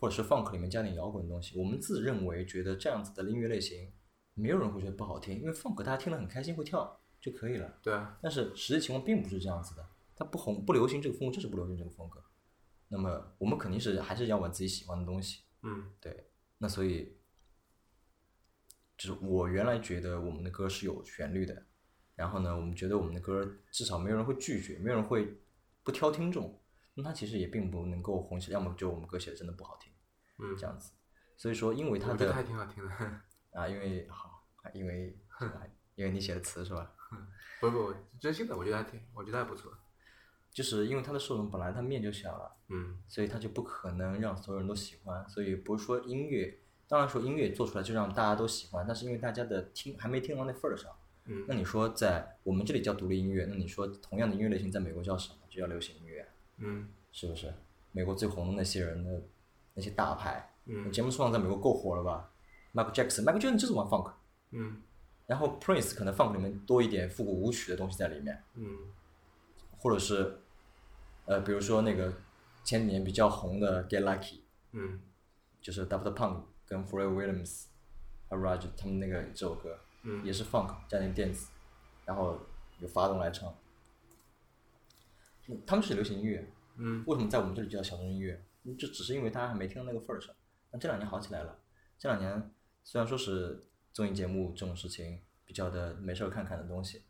Speaker 2: 或者是 funk 里面加点摇滚的东西，我们自认为觉得这样子的音乐类型，没有人会觉得不好听，因为 funk 大家听了很开心，会跳就可以了。
Speaker 1: 对啊
Speaker 2: 但是实际情况并不是这样子的，它不红不流行这个风格，就是不流行这个风格。那么我们肯定是还是要玩自己喜欢的东西，
Speaker 1: 嗯
Speaker 2: 对，那所以，就是我原来觉得我们的歌是有旋律的，然后呢，我们觉得我们的歌至少没有人会拒绝，没有人会不挑听众，那它其实也并不能够红起来，要么就我们歌写的真的不好听，
Speaker 1: 嗯
Speaker 2: 这，样子。所以说，因为它
Speaker 1: 我觉得还
Speaker 2: 的
Speaker 1: 挺好听的。
Speaker 2: 啊，因为好，因
Speaker 1: <laughs>
Speaker 2: 为啊因为你写的词是吧？
Speaker 1: 不不，真心的，我觉得还挺，我觉得还不错。
Speaker 2: 就是因为它的受众本来它面就小了，
Speaker 1: 嗯
Speaker 2: 所以他就不可能让所有人都喜欢。所以不是说音乐，当然说音乐做出来就让大家都喜欢，但是因为大家的听还没听到那份儿上。
Speaker 1: 嗯
Speaker 2: 那你说在我们这里叫独立音乐，那你说同样的音乐类型在美国叫什么？就叫流行音乐，
Speaker 1: 嗯
Speaker 2: 是不是？美国最红的那些人的那些大牌，
Speaker 1: 嗯
Speaker 2: 节目创在美国够火了吧？Michael Jackson，Michael Jackson 就是玩 funk，
Speaker 1: 嗯
Speaker 2: 然后 Prince 可能 funk 里面多一点复古舞曲的东西在里面。
Speaker 1: 嗯
Speaker 2: 或者是呃，比如说那个前几年比较红的《Get Lucky》，
Speaker 1: 嗯
Speaker 2: 就是 Daft Punk 跟 f r e d Williams 和 Raj 他们那个这首歌，
Speaker 1: 嗯
Speaker 2: 也是 funk 加点电子，然后由发动来唱。嗯他们是流行音乐，
Speaker 1: 嗯
Speaker 2: 为什么在我们这里就叫小众音乐？嗯这只是因为大家还没听到那个份儿上。但这两年好起来了，这两年虽然说是综艺节目这种事情比较的没事儿看看的东西，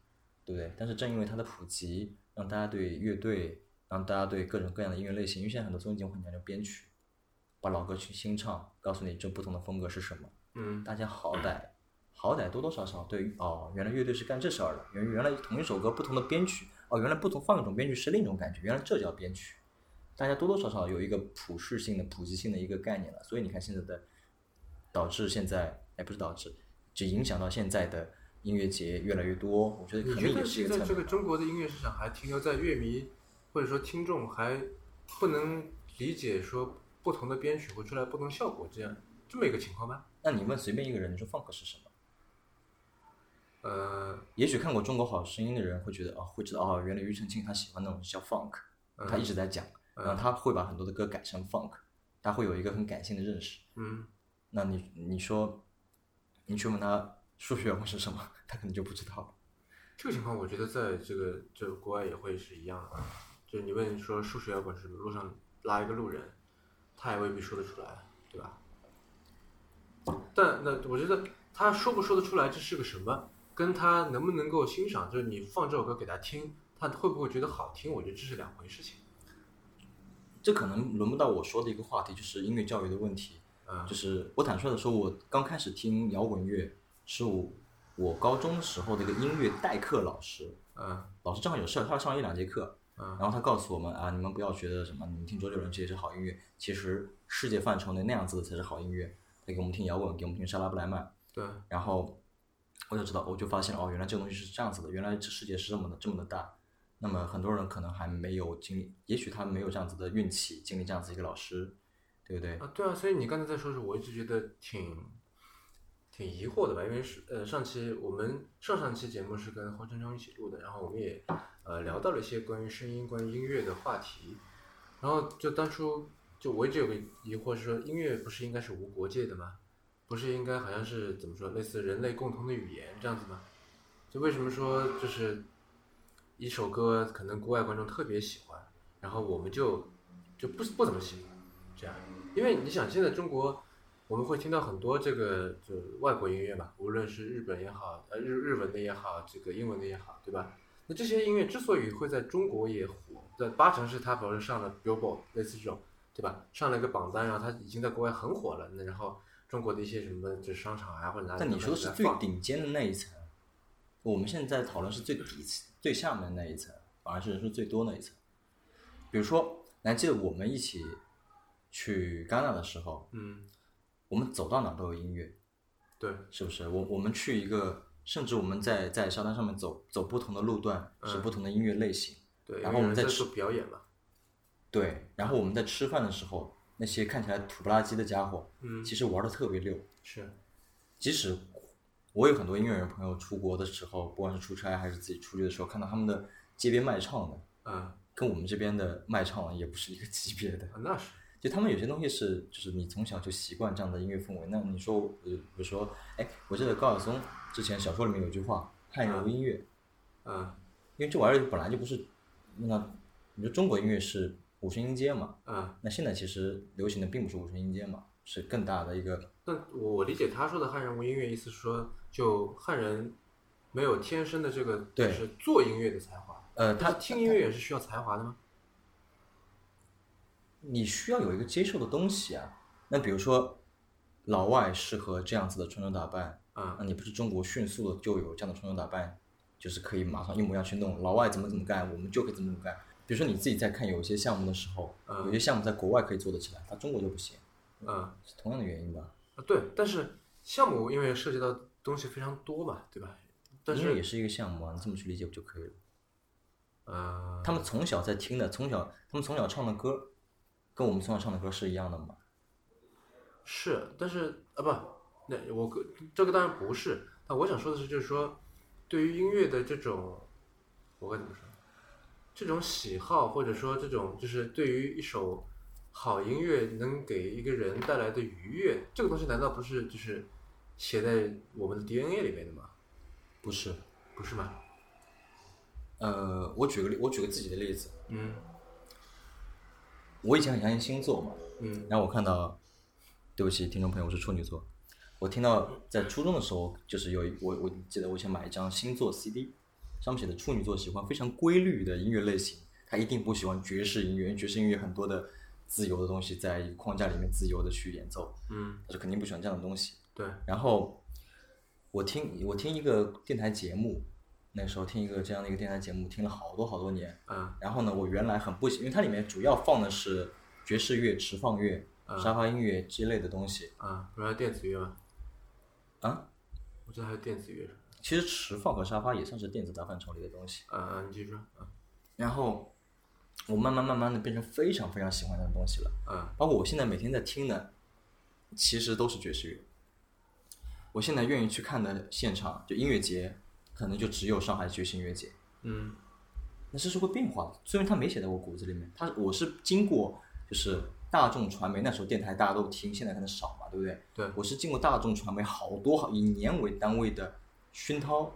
Speaker 2: 对不对？但是正因为它的普及，让大家对乐队，让大家对各种各样的音乐类型，因为现在很多综艺节目很讲究编曲，把老歌去新唱，告诉你这不同的风格是什么。
Speaker 1: 嗯
Speaker 2: 大家好歹好歹多多少少对于哦，原来乐队是干这事儿的，原原来同一首歌不同的编曲，哦，原来不同放一种编曲是另一种感觉，原来这叫编曲。大家多多少少有一个普适性的、普及性的一个概念了，所以你看现在的，导致现在哎不是导致，只影响到现在的音乐节越来越多，我觉得
Speaker 1: 你
Speaker 2: 可
Speaker 1: 觉
Speaker 2: 能
Speaker 1: 得
Speaker 2: 也是一
Speaker 1: 现
Speaker 2: 个啊
Speaker 1: 在这
Speaker 2: 成
Speaker 1: 个
Speaker 2: 本。
Speaker 1: 中国的音乐市场还停留在乐迷或者说听众还不能理解说不同的编曲会出来不同效果这样这么一个情况吗？
Speaker 2: 那你问随便一个人，你说 funk 是什么？
Speaker 1: 呃，
Speaker 2: 也许看过《中国好声音》的人会觉得哦，会知道哦，原来庾澄庆他喜欢那种叫 funk，
Speaker 1: 嗯
Speaker 2: 他一直在讲，然后他会把很多的歌改成 funk，他会有一个很感性的认识。
Speaker 1: 嗯
Speaker 2: 那你你说，你去问他数学会是什么，他可能就不知道了。
Speaker 1: 这个情况我觉得在这个这个国外也会是一样的，就你问说数学摇滚是什么，路上拉一个路人，他也未必说得出来，对吧？但那我觉得他说不说得出来这是个什么，跟他能不能够欣赏，就是你放这首歌给他听，他会不会觉得好听，我觉得这是两回事情。
Speaker 2: 这可能轮不到我说的一个话题，就是音乐教育的问题。
Speaker 1: 嗯
Speaker 2: 就是我坦率的说，我刚开始听摇滚乐是我我高中时候的一个音乐代课老师，
Speaker 1: 嗯
Speaker 2: 老师正好有事儿，他要上一两节课，然
Speaker 1: 嗯
Speaker 2: 后他告诉我们啊，你们不要觉得什么，你们听周杰伦这些是好音乐，其实世界范畴内那样子的才是好音乐。他给我们听摇滚，给我们听莎拉布莱曼，
Speaker 1: 对
Speaker 2: 然后我就知道，我就发现哦，原来这个东西是这样子的，原来这世界是这么的这么的大。那么很多人可能还没有经历，也许他没有这样子的运气，经历这样子一个老师，对不对？
Speaker 1: 啊对啊，所以你刚才在说的时候，我一直觉得挺挺疑惑的吧，因为是呃上期我们上上期节目是跟黄晨忠一起录的，然后我们也呃聊到了一些关于声音、关于音乐的话题，然后就当初就我一直有个疑惑是说，音乐不是应该是无国界的吗？不是应该好像是怎么说，类似人类共同的语言这样子吗？就为什么说就是一首歌可能国外观众特别喜欢，然后我们就就不不怎么喜欢这样？因为你想现在中国。我们会听到很多这个就外国音乐嘛，无论是日本也好，呃日日文的也好，这个英文的也好，对吧？那这些音乐之所以会在中国也火，在八成是它比如说上了 Billboard 类似这种，对吧？上了一个榜单，然后它已经在国外很火了，那然后中国的一些什么就是商场啊或者哪里，
Speaker 2: 但你说的是
Speaker 1: 在
Speaker 2: 最
Speaker 1: 放
Speaker 2: 顶尖的那一层，我们现在讨论是最底层、最下面那一层，反而是人数最多那一层。比如说，你还记得我们一起去戛纳的时候，
Speaker 1: 嗯，
Speaker 2: 我们走到哪儿都有音乐，
Speaker 1: 对，
Speaker 2: 是不是？我我们去一个，甚至我们在在沙滩上面走走不同的路段，是
Speaker 1: 嗯
Speaker 2: 不同的音乐类型。
Speaker 1: 对，
Speaker 2: 然
Speaker 1: 因
Speaker 2: 后
Speaker 1: 为
Speaker 2: 我
Speaker 1: 有人
Speaker 2: 们再
Speaker 1: 在
Speaker 2: 吃
Speaker 1: 做表演嘛，
Speaker 2: 对，然后我们在吃饭的时候，那些看起来土不拉几的家伙，
Speaker 1: 嗯，
Speaker 2: 其实玩的特别溜。
Speaker 1: 是，
Speaker 2: 即使我有很多音乐人朋友出国的时候，不管是出差还是自己出去的时候，看到他们的街边卖唱的，
Speaker 1: 嗯，
Speaker 2: 跟我们这边的卖唱也不是一个级别的。
Speaker 1: 啊那是，
Speaker 2: 就他们有些东西是，就是你从小就习惯这样的音乐氛围。那你说，呃，比如说，哎，我记得高晓松之前小说里面有句话“汗如音乐”，
Speaker 1: 嗯
Speaker 2: 因为这玩意儿本来就不是，那你说中国音乐是五声音阶嘛？
Speaker 1: 嗯，
Speaker 2: 那现在其实流行的并不是五声音阶嘛，是更大的一个，
Speaker 1: 那我我理解他说的汉人无音乐，意思是说就汉人没有天生的这个就
Speaker 2: 对
Speaker 1: 是做音乐的才华，
Speaker 2: 呃，他
Speaker 1: 他听音乐也是需要才华的吗？
Speaker 2: 你需要有一个接受的东西啊。那比如说，老外适合这样子的穿着打扮，
Speaker 1: 嗯
Speaker 2: 那你不是中国迅速的就有这样的穿着打扮，就是可以马上一模一样去弄，老外怎么怎么干，我们就可以怎么怎么干。比如说你自己在看有一些项目的时候，
Speaker 1: 嗯
Speaker 2: 有些项目在国外可以做得起来，它中国就不行，
Speaker 1: 嗯。
Speaker 2: 是同样的原因吧？
Speaker 1: 啊，对，但是项目因为涉及到东西非常多嘛，对吧？但
Speaker 2: 音乐也
Speaker 1: 是，
Speaker 2: 是一个项目啊，你这么去理解不就可以了？
Speaker 1: 呃，
Speaker 2: 他们从小在听的，从小他们从小唱的歌，跟我们从小唱的歌是一样的嘛？
Speaker 1: 是，但是啊不，那我个这个当然不是。但我想说的是，就是说，对于音乐的这种，我该怎么说？这种喜好或者说这种，就是对于一首好音乐能给一个人带来的愉悦，这个东西难道不是就是写在我们的 DNA 里面的吗？
Speaker 2: 不是。
Speaker 1: 不是吗？
Speaker 2: 呃，我举个例，我举个自己的例子，
Speaker 1: 嗯
Speaker 2: 我以前很相信星座嘛，
Speaker 1: 嗯
Speaker 2: 然后我看到，对不起，听众朋友，我是处女座。我听到在初中的时候，就是有一我我记得我以前买一张星座 CD，上面写的处女座喜欢非常规律的音乐类型，他一定不喜欢爵士音乐，因为爵士音乐很多的自由的东西在一个框架里面自由的去演奏，
Speaker 1: 嗯，
Speaker 2: 他是肯定不喜欢这样的东西。
Speaker 1: 对，
Speaker 2: 然后我听我听一个电台节目，那时候听一个这样的一个电台节目，听了好多好多年，
Speaker 1: 嗯
Speaker 2: 然后呢，我原来很不喜，因为它里面主要放的是爵士乐、持放乐、
Speaker 1: 嗯
Speaker 2: 沙发音乐之类的东西
Speaker 1: 嗯，不是还有电子乐吗？
Speaker 2: 啊。
Speaker 1: 我记得还有电子乐是吧？
Speaker 2: 其实持放和沙发也算是电子大范畴里的东西。
Speaker 1: 呃，你继续说。
Speaker 2: 然后我慢慢慢慢的变成非常非常喜欢这种东西了，
Speaker 1: 嗯
Speaker 2: 包括我现在每天在听的，其实都是爵士乐。我现在愿意去看的现场就音乐节，可能就只有上海爵士音乐节。
Speaker 1: 嗯
Speaker 2: 那这是会变化的，虽然它没写在我骨子里面，它我是经过就是大众传媒那时候电台大家都听，现在可能少嘛，对不对？
Speaker 1: 对
Speaker 2: 我是经过大众传媒好多好以年为单位的熏陶，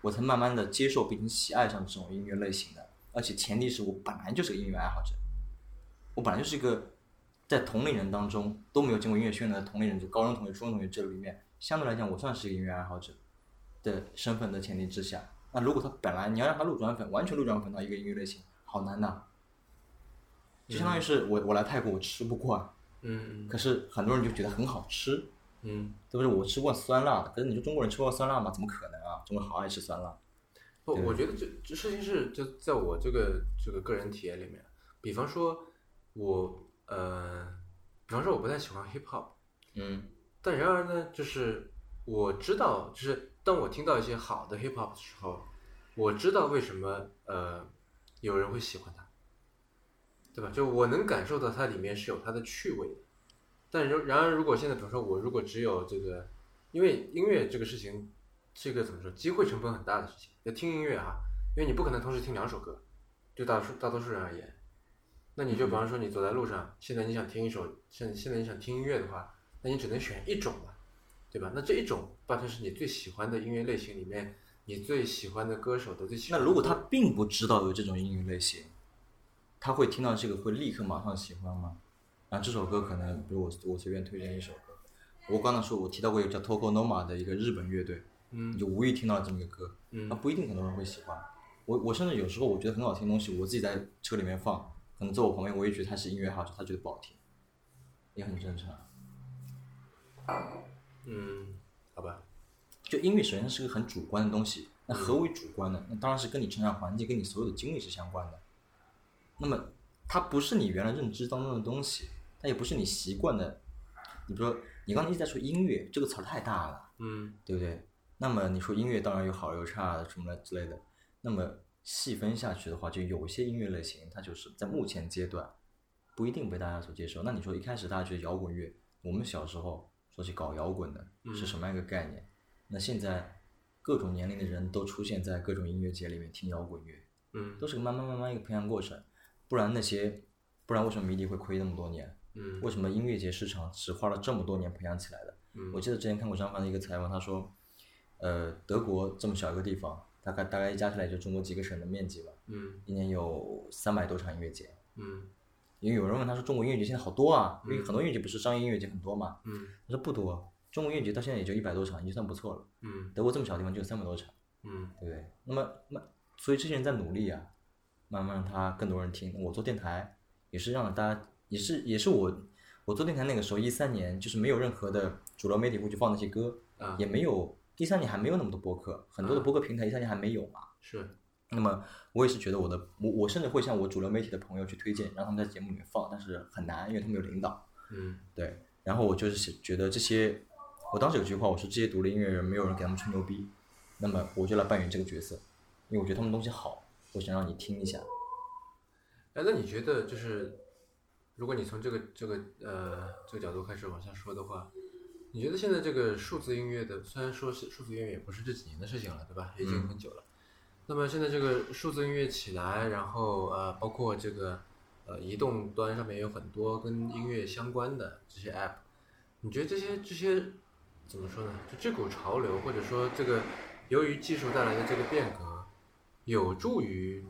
Speaker 2: 我才慢慢的接受并且喜爱上这种音乐类型的，而且前提是我本来就是个音乐爱好者，我本来就是一个在同龄人当中都没有经过音乐训练的同龄人，就高中同学、初中同学这里面，相对来讲我算是一个音乐爱好者的身份的前提之下，那如果他本来你要让他路转粉，完全路转粉到一个音乐类型，好难呐、就相当于是我我来泰国我吃不惯，
Speaker 1: 嗯
Speaker 2: 可是很多人就觉得很好吃，
Speaker 1: 嗯，
Speaker 2: 对不对？我吃惯酸辣的，可是你说中国人吃惯酸辣吗？怎么可能啊！中国人好爱吃酸辣。
Speaker 1: 不，
Speaker 2: 对
Speaker 1: 我觉得这这事情是就在我这个这个个人体验里面，比方说我呃，比方说我不太喜欢 hip hop，
Speaker 2: 嗯
Speaker 1: 但然而呢，就是我知道，就是当我听到一些好的 hip hop 的时候，我知道为什么呃有人会喜欢它，对吧？就我能感受到它里面是有它的趣味的。但如然而，如果现在比如说我如果只有这个，因为音乐这个事情是一个怎么说，机会成本很大的事情。就听音乐哈，因为你不可能同时听两首歌，对大数大多数人而言，那你就比方说你走在路上，现在你想听一首，现现在你想听音乐的话，那你只能选一种嘛，对吧？那这一种完全是你最喜欢的音乐类型里面，你最喜欢的歌手的最喜欢
Speaker 2: 那
Speaker 1: 的
Speaker 2: 如果他并不知道有这种音乐类型，他会听到这个会立刻马上喜欢吗？啊，这首歌可能，比如我我随便推荐一首歌，我刚才说我提到过有叫 Toko Noma 的一个日本乐队，
Speaker 1: 嗯
Speaker 2: 你就无意听到了这么一个歌，
Speaker 1: 嗯
Speaker 2: 那不一定很多人会喜欢。我我甚至有时候我觉得很好听的东西，我自己在车里面放，可能坐我旁边我也觉得它是音乐好，他觉得不好听，也很正常。
Speaker 1: 嗯，好吧，嗯
Speaker 2: 就音乐首先是个很主观的东西，那何为主观呢？那当然是跟你成长环境、跟你所有的经历是相关的。那么它不是你原来认知当中的东西，它也不是你习惯的。你比如说，你刚才一直在说音乐这个词儿太大了，
Speaker 1: 嗯
Speaker 2: 对不对？那么你说音乐当然有好有差什么之类的，那么细分下去的话，就有一些音乐类型，它就是在目前阶段不一定被大家所接受。那你说一开始大家觉得摇滚乐，我们小时候说起搞摇滚的
Speaker 1: 嗯
Speaker 2: 是什么样一个概念？那现在各种年龄的人都出现在各种音乐节里面听摇滚乐，
Speaker 1: 嗯
Speaker 2: 都是个慢慢慢慢一个培养过程。不然那些，不然为什么迷笛会亏那么多年？
Speaker 1: 嗯
Speaker 2: 为什么音乐节市场只花了这么多年培养起来的？
Speaker 1: 嗯
Speaker 2: 我记得之前看过张凡的一个采访，他说，呃，德国这么小一个地方，大概大概加起来就中国几个省的面积吧，
Speaker 1: 嗯
Speaker 2: 一年有三百多场音乐节。
Speaker 1: 嗯
Speaker 2: 因为有人问他说，中国音乐节现在好多啊，因为
Speaker 1: 嗯
Speaker 2: 很多音乐节不是商业音乐节很多嘛？
Speaker 1: 嗯
Speaker 2: 他说不多，中国音乐节到现在也就一百多场，已经算不错了。
Speaker 1: 嗯
Speaker 2: 德国这么小的地方就有三百多场，
Speaker 1: 嗯
Speaker 2: 对不对？那么那所以这些人在努力啊，慢慢让他更多人听。我做电台也是让大家，也是也是我我做电台那个时候，一三年就是没有任何的主流媒体会去放那些歌，
Speaker 1: 啊
Speaker 2: 也没有一三年还没有那么多播客，很多的
Speaker 1: 啊
Speaker 2: 播客平台一三年还没有嘛。
Speaker 1: 是
Speaker 2: 那么我也是觉得我的我我甚至会向我主流媒体的朋友去推荐，让他们在节目里面放，但是很难，因为他们有领导。
Speaker 1: 嗯
Speaker 2: 对，然后我就是觉得这些，我当时有句话，我说这些独立音乐人没有人给他们吹牛逼，那么我就来扮演这个角色，因为我觉得他们东西好，我想让你听一下。
Speaker 1: 哎，那你觉得就是，如果你从这个这个呃这个角度开始往下说的话，你觉得现在这个数字音乐的，虽然说是数字音乐也不是这几年的事情了，对吧？已经很久了。那么现在这个数字音乐起来，然后呃，包括这个呃移动端上面有很多跟音乐相关的这些 app，你觉得这些这些怎么说呢？就这股潮流，或者说这个由于技术带来的这个变革，有助于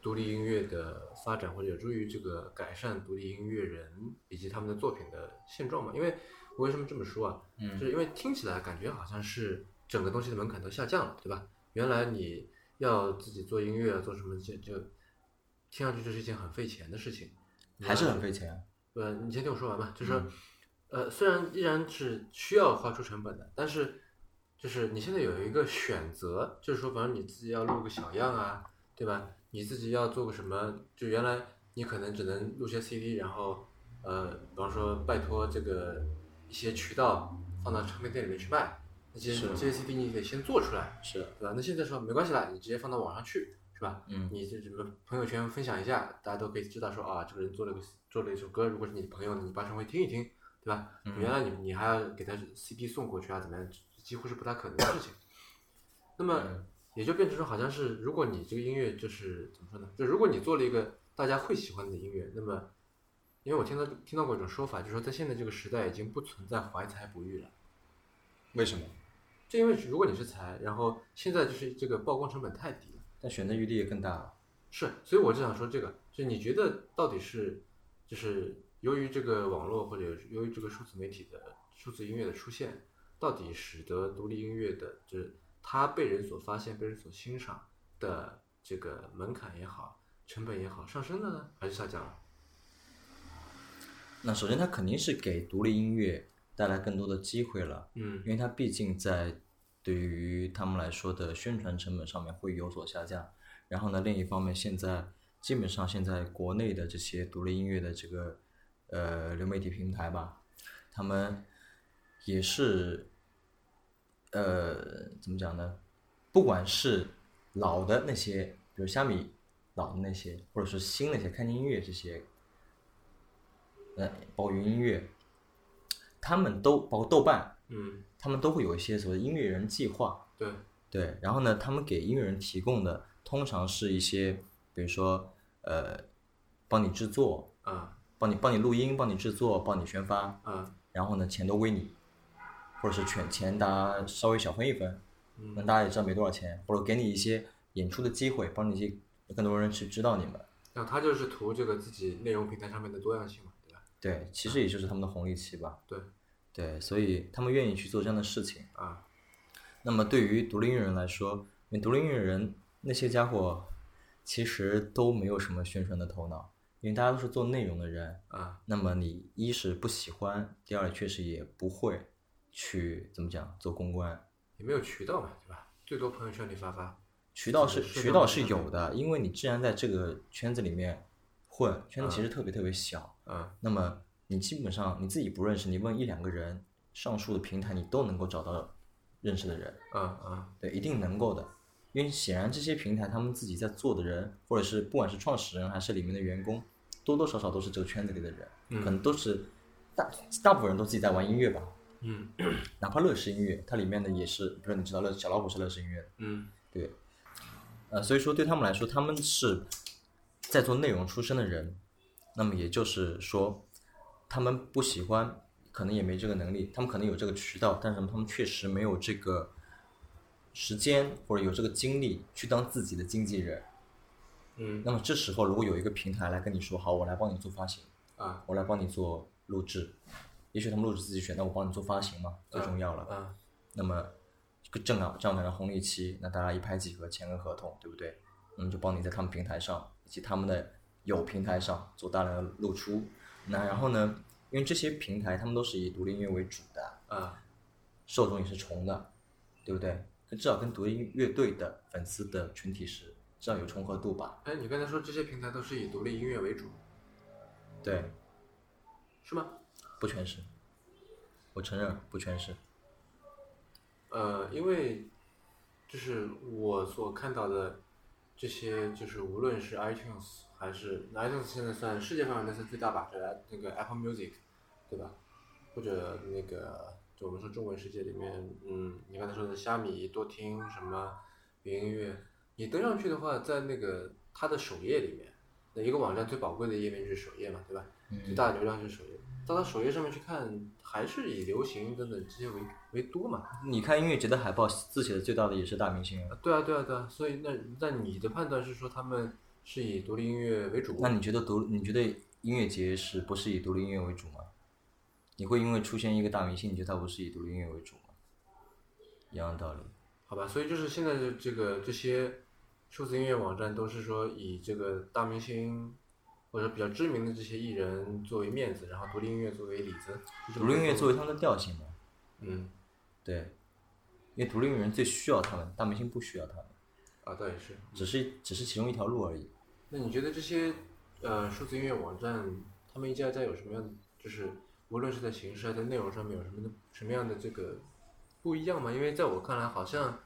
Speaker 1: 独立音乐的发展，或者有助于这个改善独立音乐人以及他们的作品的现状嘛？因为我为什么这么说啊？就
Speaker 2: 嗯
Speaker 1: 是因为听起来感觉好像是整个东西的门槛都下降了，对吧？原来你要自己做音乐啊，做什么这就听上去这是一件很费钱的事情，
Speaker 2: 还是很费钱。
Speaker 1: 呃，你先听我说完吧，就是，
Speaker 2: 嗯
Speaker 1: 呃，虽然依然是需要花出成本的，但是就是你现在有一个选择，就是说，反正你自己要录个小样啊，对吧？你自己要做个什么？就原来你可能只能录些 CD，然后呃，比方说拜托这个一些渠道放到唱片店里面去卖，那些
Speaker 2: 是
Speaker 1: 这些 CD 你得先做出来，
Speaker 2: 是，
Speaker 1: 对吧？那现在说没关系啦，你直接放到网上去，是吧？
Speaker 2: 嗯
Speaker 1: 你这什么朋友圈分享一下，大家都可以知道说啊，这个人做了个做了一首歌，如果是你的朋友呢，你八成会听一听，对吧？
Speaker 2: 嗯
Speaker 1: 原来你你还要给他 CD 送过去啊，怎么样，几乎是不大可能的事情。那么
Speaker 2: 嗯
Speaker 1: 也就变成说，好像是如果你这个音乐就是怎么说呢？就如果你做了一个大家会喜欢的音乐，那么因为我听到听到过一种说法，就是说在现在这个时代已经不存在怀才不遇了。
Speaker 2: 为什么？
Speaker 1: 就因为如果你是才，然后现在就是这个曝光成本太低了。
Speaker 2: 但选择余地也更大了。
Speaker 1: 是，所以我就想说这个，就你觉得到底是，就是由于这个网络或者由于这个数字媒体的数字音乐的出现，到底使得独立音乐的，就是它被人所发现、被人所欣赏的这个门槛也好、成本也好上升了呢，还是下降了？
Speaker 2: 那首先，它肯定是给独立音乐带来更多的机会了。
Speaker 1: 嗯
Speaker 2: 因为它毕竟在对于他们来说的宣传成本上面会有所下降。然后呢，另一方面，现在基本上现在国内的这些独立音乐的这个呃流媒体平台吧，他们也是呃怎么讲呢？不管是老的那些，比如虾米老的那些，或者是新那些看见音乐这些，呃，包括云音乐，他们都包括豆瓣，
Speaker 1: 嗯，
Speaker 2: 他们都会有一些所谓的音乐人计划，
Speaker 1: 对，
Speaker 2: 对，然后呢，他们给音乐人提供的通常是一些，比如说，呃，帮你制作，
Speaker 1: 啊
Speaker 2: 帮你帮你录音，帮你制作，帮你宣发，
Speaker 1: 啊，
Speaker 2: 然后呢，钱都归你，或者是全钱大家稍微小分一分，那
Speaker 1: 嗯
Speaker 2: 大家也知道没多少钱，或者给你一些演出的机会，帮你去更多人去知道你们，
Speaker 1: 那它就是图这个自己内容平台上面的多样性嘛，对吧？
Speaker 2: 对，其实也就是他们的红利期吧，
Speaker 1: 对，
Speaker 2: 对，所以他们愿意去做这样的事情。
Speaker 1: 啊，
Speaker 2: 那么对于独立音乐人来说，因为独立音乐人那些家伙其实都没有什么宣传的头脑，因为大家都是做内容的人。
Speaker 1: 啊，
Speaker 2: 那么你一是不喜欢，第二确实也不会去怎么讲做公关。
Speaker 1: 也没有渠道嘛，对吧？最多朋友圈里发发。
Speaker 2: 渠道是
Speaker 1: 是的
Speaker 2: 渠道是有的，因为你既然在这个圈子里面混，圈子其实特别特别小，
Speaker 1: 嗯
Speaker 2: 那么你基本上你自己不认识，你问一两个人，上述的平台你都能够找到认识的人，
Speaker 1: 嗯嗯
Speaker 2: 对，一定能够的。因为显然这些平台他们自己在做的人，或者是不管是创始人还是里面的员工，多多少少都是这个圈子里的人，
Speaker 1: 嗯
Speaker 2: 可能都是大大部分人都自己在玩音乐吧，
Speaker 1: 嗯
Speaker 2: 哪怕乐视音乐，它里面的也是，比如你知道乐小老虎是乐视音乐的，
Speaker 1: 嗯
Speaker 2: 对，呃，所以说对他们来说，他们是在做内容出身的人，那么也就是说，他们不喜欢，可能也没这个能力，他们可能有这个渠道，但是他们确实没有这个时间或者有这个精力去当自己的经纪人。
Speaker 1: 嗯
Speaker 2: 那么这时候，如果有一个平台来跟你说，好，我来帮你做发行，
Speaker 1: 啊
Speaker 2: 我来帮你做录制，也许他们录制自己选，那我帮你做发行嘛，最重要了。
Speaker 1: 啊
Speaker 2: 那么这个正好正好赶上红利期，那大家一拍即合，签个合同，对不对？那么就帮你在他们平台上以及他们的有平台上做大量的露出。那然后呢，因为这些平台他们都是以独立音乐为主的，
Speaker 1: 啊
Speaker 2: 受众也是重的，对不对？至少跟独立乐队的粉丝的群体是至少有重合度吧？
Speaker 1: 哎，你刚才说这些平台都是以独立音乐为主，
Speaker 2: 对，
Speaker 1: 是吗？
Speaker 2: 不全是，我承认不全是。
Speaker 1: 呃，因为就是我所看到的这些，就是无论是 iTunes 还是 iTunes 现在算世界范围内算最大吧，这那个 Apple Music，对吧？或者那个就我们说中文世界里面，嗯，你刚才说的虾米、多听什么云音乐，你登上去的话，在那个它的首页里面，那一个网站最宝贵的页面就是首页嘛，对吧？最大的流量就是首页，到它首页上面去看，还是以流行等等这些为为多嘛。
Speaker 2: 你看音乐节的海报，字写的最大的也是大明星啊。
Speaker 1: 对啊，对啊，对啊，所以那那你的判断是说他们是以独立音乐为主？
Speaker 2: 那你觉得独你觉得音乐节是不是以独立音乐为主吗？你会因为出现一个大明星，你觉得他不是以独立音乐为主吗？一样的道理。
Speaker 1: 好吧，所以就是现在的这个这些数字音乐网站都是说以这个大明星或者比较知名的这些艺人作为面子，然后独立音乐作为里子。是这
Speaker 2: 独
Speaker 1: 么
Speaker 2: 立音乐
Speaker 1: 回事
Speaker 2: 作为他们的调性嘛，
Speaker 1: 嗯
Speaker 2: 对，因为独立音乐人最需要他们，大明星不需要他们，
Speaker 1: 啊，倒也是。
Speaker 2: 只是只是其中一条路而已。
Speaker 1: 那你觉得这些呃数字音乐网站他们一家一家有什么样的，就是无论是在形式还是在内容上面有什么的什么样的这个不一样吗？因为在我看来好像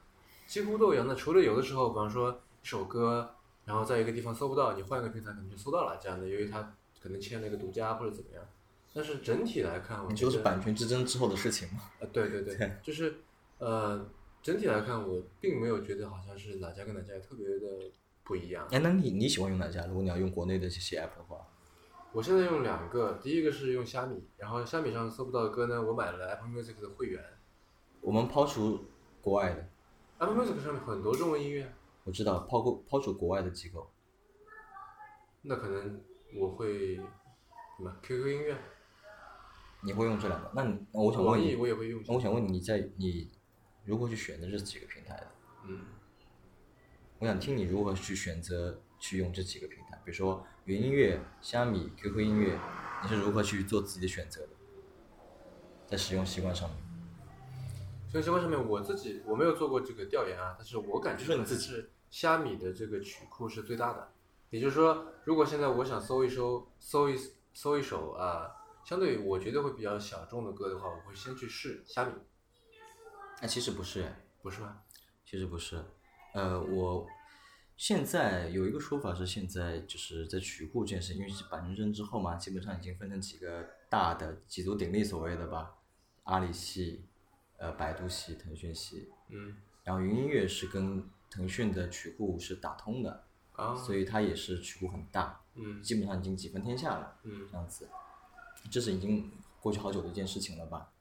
Speaker 1: 几乎都一样。那除了有的时候，比方说一首歌，然后在一个地方搜不到，你换一个平台可能就搜到了这样的，由于它可能签了一个独家或者怎么样。但是整体来看，我
Speaker 2: 你
Speaker 1: 觉
Speaker 2: 说
Speaker 1: 得
Speaker 2: 是版权之争之后的事情吗？
Speaker 1: 呃，对对对，就是呃，整体来看，我并没有觉得好像是哪家跟哪家特别的不一样。
Speaker 2: <laughs> 哎，那你你喜欢用哪家？如果你要用国内的这些 app 的话，
Speaker 1: 我现在用两个，第一个是用虾米，然后虾米上搜不到的歌呢，我买了 Apple Music 的会员。
Speaker 2: 我们抛除国外的，
Speaker 1: Apple Music 上面很多中文音乐，啊
Speaker 2: 我知道抛过抛除国外的机构，
Speaker 1: 那可能我会什么 QQ 音乐、
Speaker 2: 你会用这两个？那你那我想
Speaker 1: 网
Speaker 2: 问你
Speaker 1: 易，我也会用。
Speaker 2: 那我想问你，你在你如何去选择这几个平台的？
Speaker 1: 嗯，
Speaker 2: 我想听你如何去选择去用这几个平台，比如说云音乐、虾米、QQ 音乐，你是如何去做自己的选择的？在使用习惯上面，
Speaker 1: 所以相关上面我自己我没有做过这个调研啊，但是我感觉
Speaker 2: 就是你
Speaker 1: 好像
Speaker 2: 自己
Speaker 1: 是虾米的这个曲库是最大的。也就是说，如果现在我想搜一搜搜一搜一首啊，相对于我觉得会比较小众的歌的话，我会先去试虾米，
Speaker 2: 那哎其实不是，
Speaker 1: 不是吗？
Speaker 2: 其实不是。呃，我现在有一个说法是，现在就是在曲库这件事，因为是版权证之后嘛，基本上已经分成几个大的几足鼎立所谓的吧，阿里系、呃百度系、腾讯系，
Speaker 1: 嗯
Speaker 2: 然后云音乐是跟腾讯的曲库是打通的，
Speaker 1: 啊，
Speaker 2: 所以它也是曲库很大，
Speaker 1: 嗯
Speaker 2: 基本上已经几分天下了
Speaker 1: 嗯
Speaker 2: 这样子。这是已经过去好久的一件事情了吧？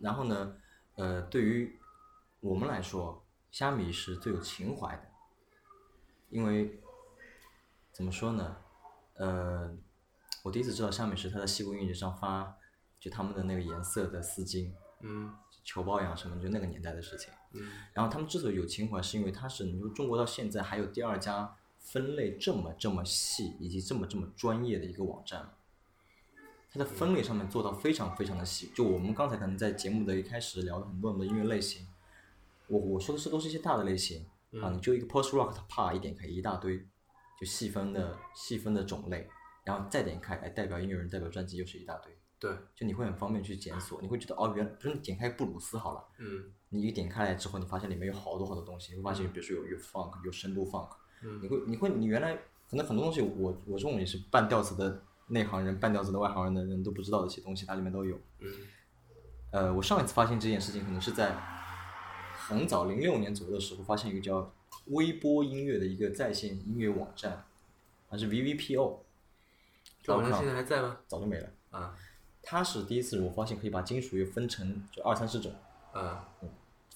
Speaker 2: 然后呢，呃，对于我们来说，虾米是最有情怀的，因为怎么说呢？呃，我第一次知道虾米是他在西部音乐节上发就他们的那个颜色的丝巾、
Speaker 1: 嗯
Speaker 2: 球包呀什么，就那个年代的事情。
Speaker 1: 嗯
Speaker 2: 然后他们之所以有情怀，是因为它是你说中国到现在还有第二家分类这么这么细，以及这么这么专业的一个网站，它在分类上面做到非常非常的细。就我们刚才可能在节目的一开始聊了很多很多音乐类型，我我说的是都是一些大的类型啊，你就一个 post rock，它啪一点开一大堆，就细分的细分的种类，然后再点开，哎，代表音乐人，代表专辑又是一大堆，
Speaker 1: 对，
Speaker 2: 就你会很方便去检索，你会觉得哦，原来，比如你点开布鲁斯好了，
Speaker 1: 嗯
Speaker 2: 你一点开来之后，你发现里面有好多好多东西，你会发现，比如说有有 funk，有深度 funk，你
Speaker 1: 嗯
Speaker 2: 会你会你原来可能很多东西我，我这种也是半吊子的内行人、半吊子的外行人的人都不知道的一些东西，它里面都有。
Speaker 1: 嗯
Speaker 2: 呃，我上一次发现这件事情，可能是在很早零六年左右的时候，发现一个叫微波音乐的一个在线音乐网站，还是 VVPO，
Speaker 1: 这网站现在还在吗？
Speaker 2: 早就没了。
Speaker 1: 啊
Speaker 2: 它是第一次我发现可以把金属乐分成就二三十种，
Speaker 1: 啊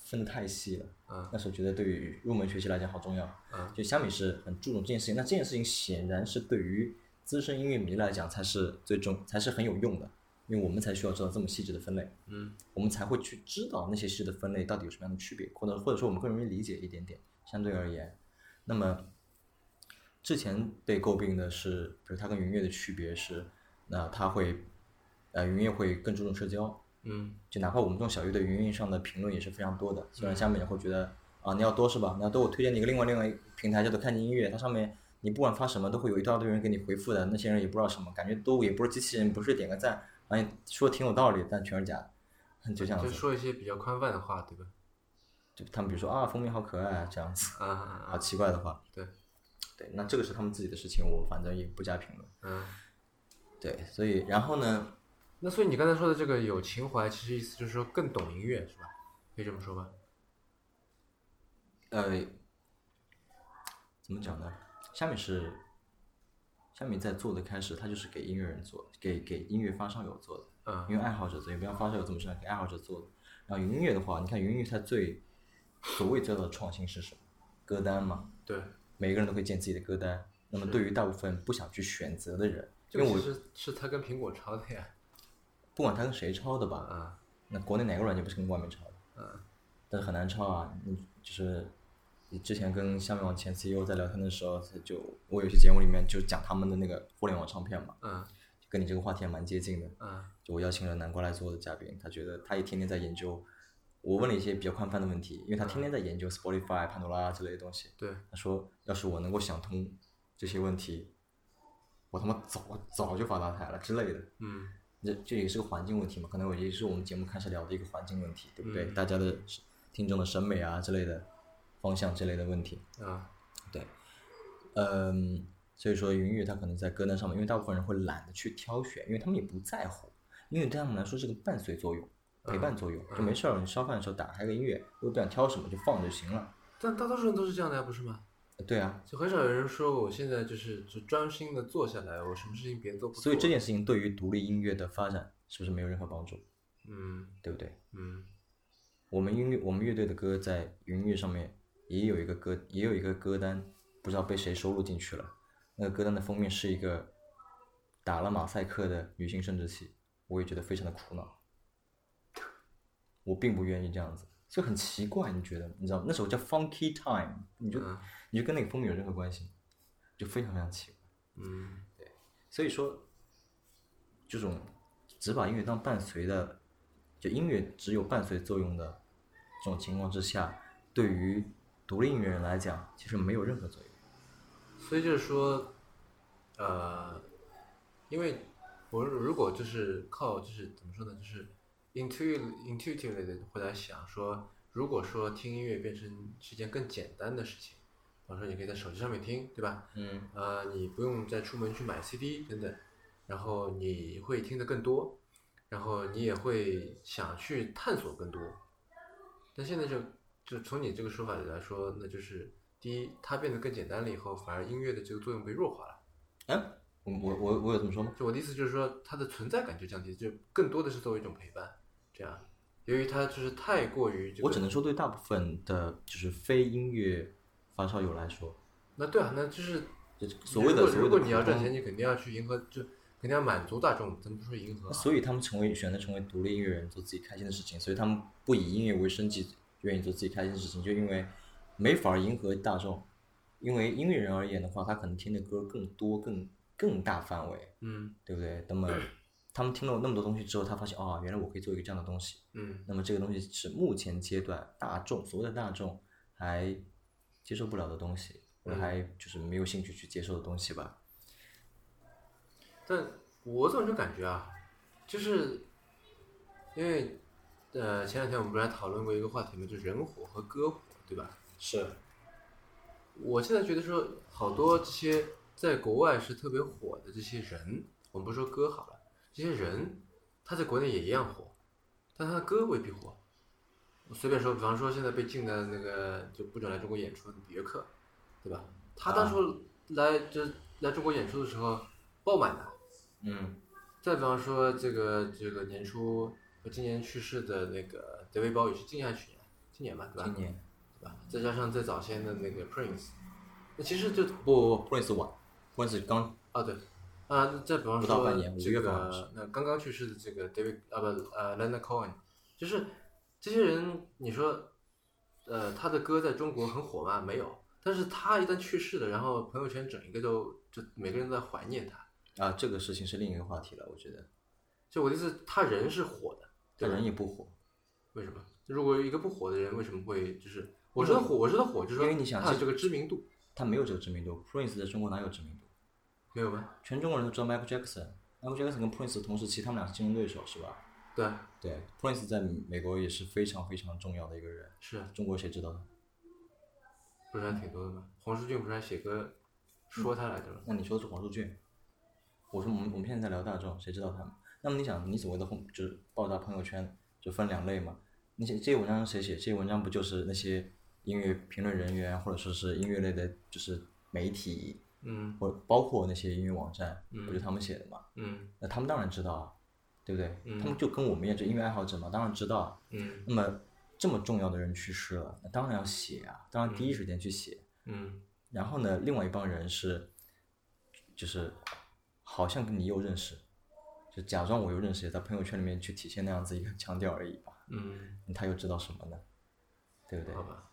Speaker 2: 分得太细了。
Speaker 1: 啊
Speaker 2: 那时候觉得对于入门学习来讲好重要。
Speaker 1: 啊！
Speaker 2: 就小米是很注重这件事情，那这件事情显然是对于资深音乐迷来讲才是最重，才是很有用的，因为我们才需要知道这么细致的分类。
Speaker 1: 嗯
Speaker 2: 我们才会去知道那些诗的分类到底有什么样的区别，或者或者说我们更容易理解一点点，相对而言。那么之前被诟病的是，比如它跟云乐的区别是，那它会，呃，云乐会更注重社交，
Speaker 1: 嗯
Speaker 2: 就哪怕我们这种小鱼对云乐上的评论也是非常多的，虽然下面也会觉
Speaker 1: 嗯
Speaker 2: 得啊你要多是吧？你要多，我推荐你一个另外另外一个平台叫做看见音乐，它上面。你不管发什么，都会有一大堆人给你回复的，那些人也不知道什么，感觉都也不是机器人，不是点个赞，好像说挺有道理，但全是假的，就这样
Speaker 1: 就
Speaker 2: 子。
Speaker 1: 说一些比较宽泛的话，对吧？
Speaker 2: 就他们比如说啊，蜂蜜好可爱啊这样子，
Speaker 1: 啊啊
Speaker 2: 好
Speaker 1: 啊！
Speaker 2: 奇怪的话，
Speaker 1: 对，
Speaker 2: 对，那这个是他们自己的事情，我反正也不加评论。
Speaker 1: 嗯。
Speaker 2: 对，所以然后呢，
Speaker 1: 那所以你刚才说的这个有情怀，其实意思就是说更懂音乐，是吧？可以这么说吧？
Speaker 2: 呃，怎么讲呢？下面是下面在做的开始，它就是给音乐人做，给给音乐发烧友做的，
Speaker 1: 嗯
Speaker 2: 因为爱好者做，也不要发烧友这么说，给爱好者做的。然后云音乐的话，你看云音乐它最所谓最大的创新是什么？歌单嘛，
Speaker 1: 对，
Speaker 2: 每个人都会建自己的歌单。那么对于大部分不想去选择的人，
Speaker 1: 这
Speaker 2: 因
Speaker 1: 个
Speaker 2: 为我
Speaker 1: 其实是他跟苹果抄的呀。
Speaker 2: 不管他跟谁抄的吧，
Speaker 1: 啊
Speaker 2: 那国内哪个软件不是跟外面抄的？啊
Speaker 1: 嗯
Speaker 2: 但是很难抄啊！你就是你之前跟下面网前 CEO 在聊天的时候，他就我有些节目里面就讲他们的那个互联网唱片嘛，
Speaker 1: 嗯
Speaker 2: 跟你这个话题还蛮接近的。
Speaker 1: 嗯
Speaker 2: 就我邀请了南瓜来做的嘉宾，他觉得他也天天在研究。我问了一些比较宽泛的问题，因为他天天在研究 Spotify、潘多拉之类的东西。
Speaker 1: 对，
Speaker 2: 他说，要是我能够想通这些问题，我他妈早早就发大财了之类的。
Speaker 1: 嗯
Speaker 2: 这这也是个环境问题嘛，可能我也是我们节目开始聊的一个环境问题，对不对？
Speaker 1: 嗯
Speaker 2: 大家的审听众的审美啊之类的方向之类的问题，
Speaker 1: 啊
Speaker 2: 对，嗯，所以说云乐他可能在歌单上面，因为大部分人会懒得去挑选，因为他们也不在乎，音乐对他们来说是个伴随作用、陪伴作用，就没事儿，你烧饭的时候打开个音乐，我也不想挑什么就放就行了。
Speaker 1: 但大多数人都是这样的呀，不是吗？
Speaker 2: 对啊，
Speaker 1: 就很少有人说我现在就是就专心的坐下来，我什么事情别都不做。
Speaker 2: 所以这件事情对于独立音乐的发展是不是没有任何帮助，
Speaker 1: 嗯
Speaker 2: 对不对？
Speaker 1: 嗯
Speaker 2: 我们音乐我们乐队的歌在云乐上面也有一个歌也有一个歌单，不知道被谁收录进去了。那个歌单的封面是一个打了马赛克的女性生殖器，我也觉得非常的苦恼。我并不愿意这样子，所以很奇怪，你觉得？你知道吗？那首叫 Funky Time，你就、
Speaker 1: 嗯
Speaker 2: 你就跟那个封面有任何关系吗，就非常非常奇怪。
Speaker 1: 嗯
Speaker 2: 所以说，这种只把音乐当伴随的，就音乐只有伴随作用的这种情况之下，对于独立音乐人来讲，其实没有任何作用。
Speaker 1: 所以就是说，呃，因为我如果就是靠就是怎么说呢，就是 intu intuitively 的会来想说，如果说听音乐变成是一件更简单的事情，比方说你可以在手机上面听，对吧？
Speaker 2: 嗯
Speaker 1: 呃，你不用再出门去买 CD 等等，然后你会听得更多，然后你也会想去探索更多。但现在就就从你这个说法里来说，那就是第一，它变得更简单了以后，反而音乐的这个作用被弱化了。
Speaker 2: 啊，我我我我有这么说吗？
Speaker 1: 就我的意思就是说，它的存在感就降低，就更多的是作为一种陪伴。这样，由于它就是太过于这个，
Speaker 2: 我只能说，对大部分的就是非音乐发烧友来说，
Speaker 1: 那对啊，那就是
Speaker 2: 就是所谓的
Speaker 1: 如果
Speaker 2: 所谓的
Speaker 1: 如果你要
Speaker 2: 普通
Speaker 1: 赚钱，你肯定要去迎合，就肯定要满足大众，咱们不说迎合、啊，
Speaker 2: 所以他们成为选择成为独立音乐人，做自己开心的事情，所以他们不以音乐为生计，愿意做自己开心的事情，就因为没法迎合大众。因为音乐人而言的话，他可能听的歌更多、更更大范围，
Speaker 1: 嗯
Speaker 2: 对不对？那么他们听了那么多东西之后，他发现啊、原来我可以做一个这样的东西。
Speaker 1: 嗯
Speaker 2: 那么这个东西是目前阶段大众所谓的大众还接受不了的东西，我
Speaker 1: 嗯
Speaker 2: 还就是没有兴趣去接受的东西吧。
Speaker 1: 但我总是感觉啊，就是因为呃前两天我们不是还讨论过一个话题嘛，就人火和歌火，对吧？
Speaker 2: 是，
Speaker 1: 我现在觉得说，好多这些在国外是特别火的这些人，我们不说歌好了，这些人他在国内也一样火，但他的歌未必火。我随便说，比方说现在被禁的那个就不准来中国演出的比约克，对吧？他当初来、就来中国演出的时候爆满的。
Speaker 2: 嗯
Speaker 1: 再比方说这个这个年初今年去世的那个德维鲍也是今年还是去年？今年吧，对吧？
Speaker 2: 今年
Speaker 1: 对吧？再加上最早先的那个 Prince，那其实就
Speaker 2: 不不不，Prince 哦晚，Prince 刚
Speaker 1: 啊，对，啊，再比方
Speaker 2: 不到
Speaker 1: 说
Speaker 2: 半年五
Speaker 1: 这
Speaker 2: 月份好像
Speaker 1: 个那刚刚去世的这个 David 啊不呃 Leonard Cohen，就是这些人，你说，呃，他的歌在中国很火吗？没有，但是他一旦去世了，然后朋友圈整一个都就每个人都在怀念他。
Speaker 2: 啊，这个事情是另一个话题了，我觉得。
Speaker 1: 就我的意思，他人是火的，对
Speaker 2: 但
Speaker 1: 吧
Speaker 2: 人也不火，
Speaker 1: 为什么？如果一个不火的人，为什么会就是我说的火，我说的火，就是说
Speaker 2: 因为你想
Speaker 1: 他有
Speaker 2: 这
Speaker 1: 这个知名度，
Speaker 2: 他没有这个知名度。Prince 在中国哪有知名度？
Speaker 1: 没有吗？
Speaker 2: 全中国人都知道 Michael Jackson。Michael Jackson 跟 Prince 同时期，他们俩是竞争对手，是吧？
Speaker 1: 对啊，
Speaker 2: 对，Prince 在美国也是非常非常重要的一个人。
Speaker 1: 是啊
Speaker 2: 中国谁知道他？
Speaker 1: 不是还挺多的吗？黄舒骏不是还写歌说他来着吗？
Speaker 2: 那你说的是黄舒骏，我说我们我们现在在聊大众，谁知道他们？那么你想，你所谓的红就是爆炸朋友圈，就分两类嘛？那些这些文章是谁写？这些文章不就是那些音乐评论人员，或者说是音乐类的，就是媒体，
Speaker 1: 嗯
Speaker 2: 或包括那些音乐网站，
Speaker 1: 嗯
Speaker 2: 不就他们写的嘛？
Speaker 1: 嗯
Speaker 2: 那他们当然知道啊，对不对？
Speaker 1: 嗯
Speaker 2: 他们就跟我们一样，就音乐爱好者嘛，当然知道啊。
Speaker 1: 嗯
Speaker 2: 那么这么重要的人去世了，那当然要写啊，当然第一时间去写。
Speaker 1: 嗯
Speaker 2: 然后呢，另外一帮人是，就是好像跟你又认识，就假装我又认识，在朋友圈里面去体现那样子一个腔调而已吧。
Speaker 1: 嗯，
Speaker 2: 他又知道什么呢？对不对
Speaker 1: 好？吧。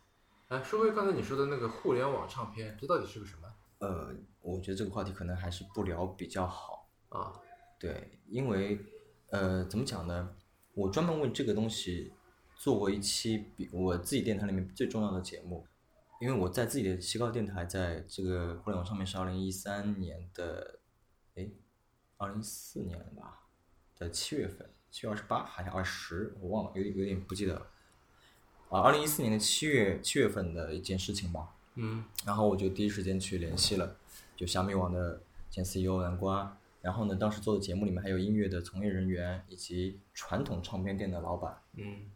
Speaker 1: 哎，说回刚才你说的那个互联网唱片，这到底是个什么
Speaker 2: 呃，我觉得这个话题可能还是不聊比较好。
Speaker 1: 啊？
Speaker 2: 对，因为呃，怎么讲呢？我专门为这个东西做过一期比我自己电台里面最重要的节目，因为我在自己的西高电台，在这个互联网上面是二零一三年的，诶，二零一四年了吧的七月份，七月二十八还是二十，我忘了，有点有点不记得了。啊，二零一四年的七月七月份的一件事情吧，
Speaker 1: 嗯
Speaker 2: 然后我就第一时间去联系了，就虾米网的前 CEO 南瓜，然后呢，当时做的节目里面还有音乐的从业人员以及传统唱片店的老板，
Speaker 1: 嗯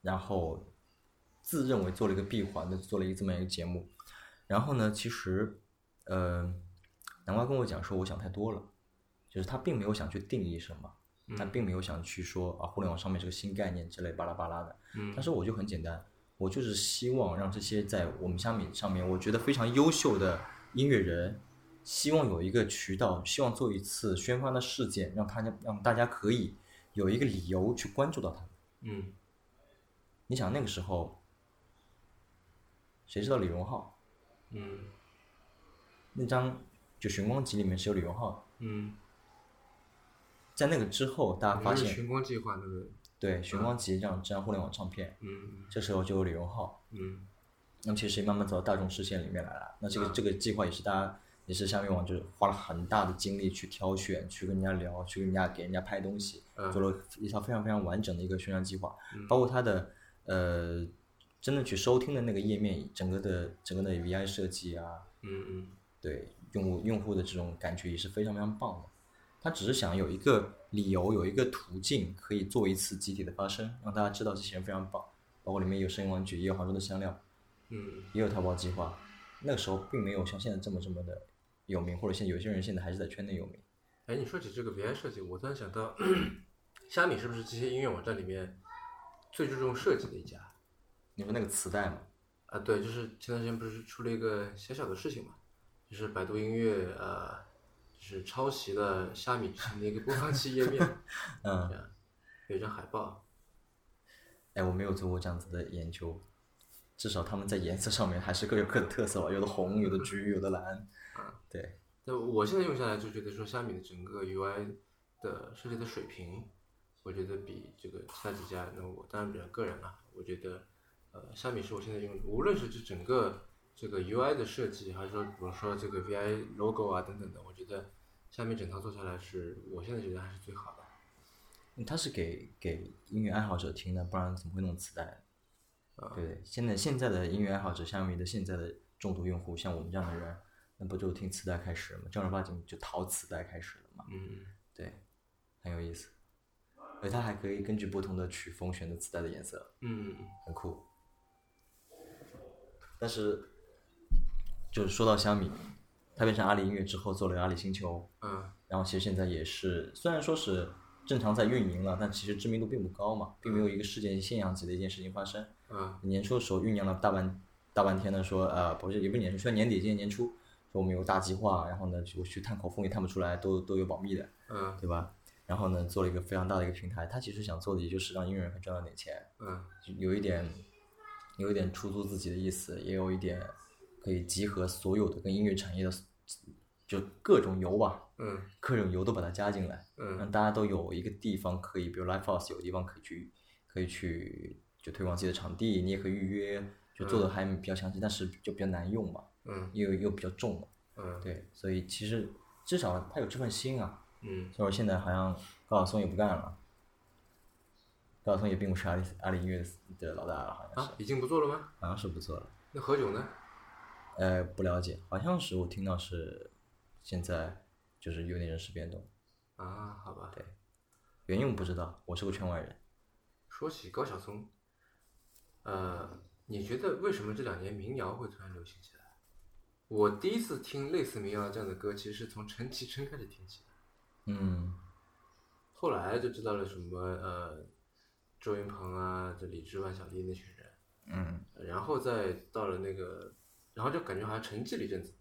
Speaker 2: 然后自认为做了一个闭环的做了一个这么一个节目，然后呢，其实，呃，南瓜跟我讲说我想太多了，就是他并没有想去定义什么，他
Speaker 1: 嗯
Speaker 2: 并没有想去说啊互联网上面这个新概念之类巴拉巴拉的，
Speaker 1: 嗯
Speaker 2: 但是我就很简单，我就是希望让这些在我们虾米上面我觉得非常优秀的音乐人，希望有一个渠道，希望做一次宣发的事件，让他让大家可以有一个理由去关注到他们。
Speaker 1: 嗯
Speaker 2: 你想那个时候，谁知道李荣浩
Speaker 1: 嗯
Speaker 2: 那张就《寻光集》里面是有李荣浩的，
Speaker 1: 嗯，
Speaker 2: 在那个之后，大家
Speaker 1: 我
Speaker 2: 发
Speaker 1: 们是嗯
Speaker 2: 现
Speaker 1: 群光计划那个，
Speaker 2: 对《寻光集》这样这张互联网唱片，
Speaker 1: 嗯
Speaker 2: 这时候就有李荣浩。
Speaker 1: 嗯
Speaker 2: 那么其实慢慢走到大众视线里面来了。那这个、
Speaker 1: 嗯
Speaker 2: 这个计划也是大家也是下面网就是花了很大的精力去挑选，去跟人家聊，去跟人家给人家拍东西，
Speaker 1: 嗯
Speaker 2: 做了一套非常非常完整的一个宣传计划，
Speaker 1: 嗯
Speaker 2: 包括它的呃真的去收听的那个页面，整个的整个的 VI 设计啊，
Speaker 1: 嗯嗯
Speaker 2: 对用户用户的这种感觉也是非常非常棒的。他只是想有一个理由，有一个途径可以做一次集体的发声，让大家知道这些人非常棒。包括里面有声音玩具，也有杭州的香料，
Speaker 1: 嗯
Speaker 2: 也有淘宝计划，那个时候并没有像现在这么这么的有名，或者现在有些人现在还是在圈内有名。
Speaker 1: 哎，你说起这个 VI 设计，我突然想到， <clears throat> 虾米是不是这些音乐网站里面最注重设计的一家？
Speaker 2: 你说那个磁带嘛，
Speaker 1: 啊，对，就是前段时间不是出了一个小小的事情嘛，就是百度音乐呃，就是抄袭了虾米之前的一个播放器页面，
Speaker 2: 嗯，
Speaker 1: 啊有一张海报，
Speaker 2: 哎，我没有做过这样子的研究，至少他们在颜色上面还是各有各的特色吧，有的红，有的橘，有的蓝
Speaker 1: 啊，
Speaker 2: 对，
Speaker 1: 那我现在用下来就觉得说，虾米的整个 UI 的设计的水平，我觉得比这个其他几家，那我当然比较个人了，我觉得呃，虾米是我现在用的，无论是这整个这个 UI 的设计，还是说比如说这个 VI logo 啊等等的，我觉得虾米整套做下来是我现在觉得还是最好的。
Speaker 2: 嗯它是给给音乐爱好者听的，不然怎么会弄磁带？
Speaker 1: 啊
Speaker 2: 对，现在现在的音乐爱好者，像米的现在的重度用户，像我们这样的人，那不就听磁带开始了吗？正儿八经就淘磁带开始了嘛。
Speaker 1: 嗯，
Speaker 2: 对，很有意思。而它还可以根据不同的曲风选择磁带的颜色，
Speaker 1: 嗯嗯
Speaker 2: 很酷。但是，就是说到虾米，它变成阿里音乐之后，做了阿里星球，
Speaker 1: 嗯
Speaker 2: 然后其实现在也是，虽然说是正常在运营了，但其实知名度并不高嘛，并没有一个事件现象级的一件事情发生。
Speaker 1: 嗯
Speaker 2: 年初的时候酝酿了大半大半天的说，呃，不是也不是年初，说年底今年年初，说我们有大计划，然后呢就去探口风也探不出来，都都有保密的，
Speaker 1: 嗯
Speaker 2: 对吧？然后呢做了一个非常大的一个平台，他其实想做的也就是让音乐人可以赚到点钱，
Speaker 1: 嗯
Speaker 2: 就有一点有一点出租自己的意思，也有一点可以集合所有的跟音乐产业的就各种油吧，
Speaker 1: 嗯
Speaker 2: 各种油都把它加进来，
Speaker 1: 嗯
Speaker 2: 让大家都有一个地方可以，比如 live house 有个地方可以去，可以去就推广自己的场地，你也可以预约，就做的还比较详细，但是就比较难用嘛，
Speaker 1: 嗯
Speaker 2: 又又比较重嘛，
Speaker 1: 嗯
Speaker 2: 对，所以其实至少他有这份心啊，
Speaker 1: 嗯
Speaker 2: 所以我现在好像高晓松也不干了，高晓松也并不是阿里阿里音乐的老大了，好像是，
Speaker 1: 啊，已经不做了吗？
Speaker 2: 好像是不做了，
Speaker 1: 那何炅呢？
Speaker 2: 呃，不了解，好像是我听到是现在就是有点人事变动，
Speaker 1: 啊，好吧。
Speaker 2: 对，原因我不知道，我是个圈外人。
Speaker 1: 说起高晓松，呃，你觉得为什么这两年民谣会突然流行起来？我第一次听类似民谣这样的歌，其实是从陈绮贞开始听起的，
Speaker 2: 嗯
Speaker 1: 后来就知道了什么呃，周云鹏啊，这李志、万晓利那群人，
Speaker 2: 嗯
Speaker 1: 然后再到了那个，然后就感觉好像沉寂了一阵子，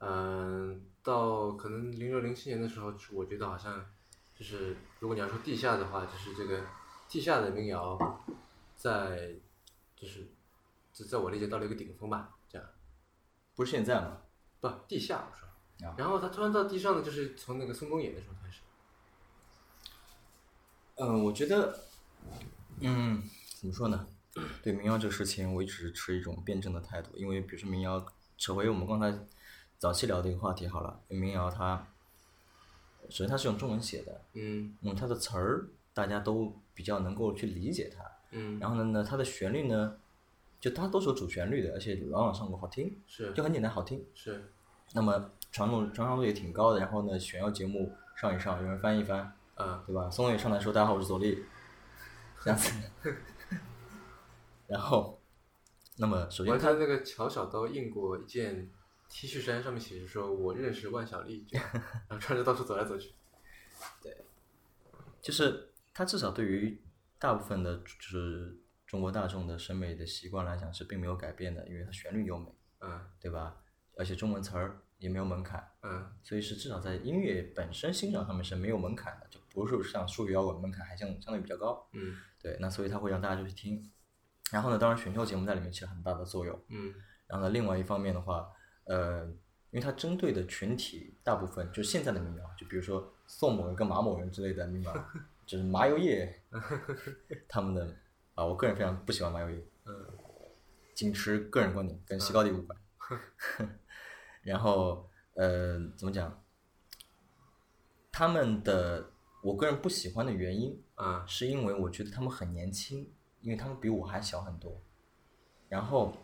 Speaker 1: 嗯、到可能零六零七年的时候，我觉得好像就是如果你要说地下的话，就是这个地下的民谣在就是就在我理解到了一个顶峰吧，这样，
Speaker 2: 不是现在吗？
Speaker 1: 不地下我说
Speaker 2: 啊，
Speaker 1: 然后他突然到地上呢，就是从那个宋冬野的时候开始，
Speaker 2: 嗯，我觉得，嗯，怎么说呢？对民谣这个事情，我一直持一种辩证的态度，因为比如说民谣，扯回我们刚才早期聊的一个话题好了，民谣它首先它是用中文写的，
Speaker 1: 嗯
Speaker 2: 嗯，它的词儿大家都比较能够去理解它，
Speaker 1: 嗯，
Speaker 2: 然后呢呢，它的旋律呢，就它都是有主旋律的，而且朗朗上口，好听，
Speaker 1: 是
Speaker 2: 就很简单好听。
Speaker 1: 是
Speaker 2: 那么传统传唱度也挺高的，然后呢，选要节目上一上，有人翻一翻，
Speaker 1: 啊
Speaker 2: 对吧？宋冬野上台说：“大家好，我是左立。”这样子，然后，那么首
Speaker 1: 我还
Speaker 2: 先
Speaker 1: 看
Speaker 2: 他
Speaker 1: 那个乔小刀印过一件 T 恤衫，上面写着说“我认识万晓利”，
Speaker 2: <laughs>
Speaker 1: 这样然后穿着到处走来走去。
Speaker 2: 就是他至少对于大部分的，就是中国大众的审美的习惯来讲是并没有改变的，因为它旋律优美，
Speaker 1: 嗯
Speaker 2: 对吧？而且中文词儿也没有门槛，
Speaker 1: 嗯
Speaker 2: 所以是至少在音乐本身欣赏上面是没有门槛的，就不是像术语摇滚门槛还相相对比较高。
Speaker 1: 嗯
Speaker 2: 对，那所以它会让大家就去听。然后呢，当然选秀节目在里面起了很大的作用。
Speaker 1: 嗯
Speaker 2: 然后呢，另外一方面的话，呃，因为它针对的群体大部分就是现在的民谣，就比如说宋某人跟马某人之类的民谣，就是麻油叶他们的啊，我个人非常不喜欢麻油叶，
Speaker 1: 嗯
Speaker 2: 仅持个人观点，跟西高地无关。 <laughs> 然后呃，怎么讲？他们的我个人不喜欢的原因，
Speaker 1: 啊
Speaker 2: 是因为我觉得他们很年轻，因为他们比我还小很多。然后，